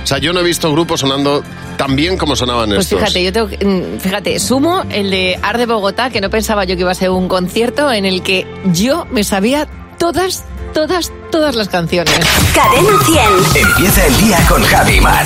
[SPEAKER 3] O sea, yo no he visto grupos sonando tan bien como sonaban
[SPEAKER 4] Pues
[SPEAKER 3] estos.
[SPEAKER 4] fíjate, yo tengo, que- mm, fíjate, sumo el de Ar de Bogotá, que no pensaba yo que iba a ser un concierto en el que yo me sabía todas, todas, todas las canciones.
[SPEAKER 24] Cadena 100.
[SPEAKER 5] Empieza el día con Javi Mar.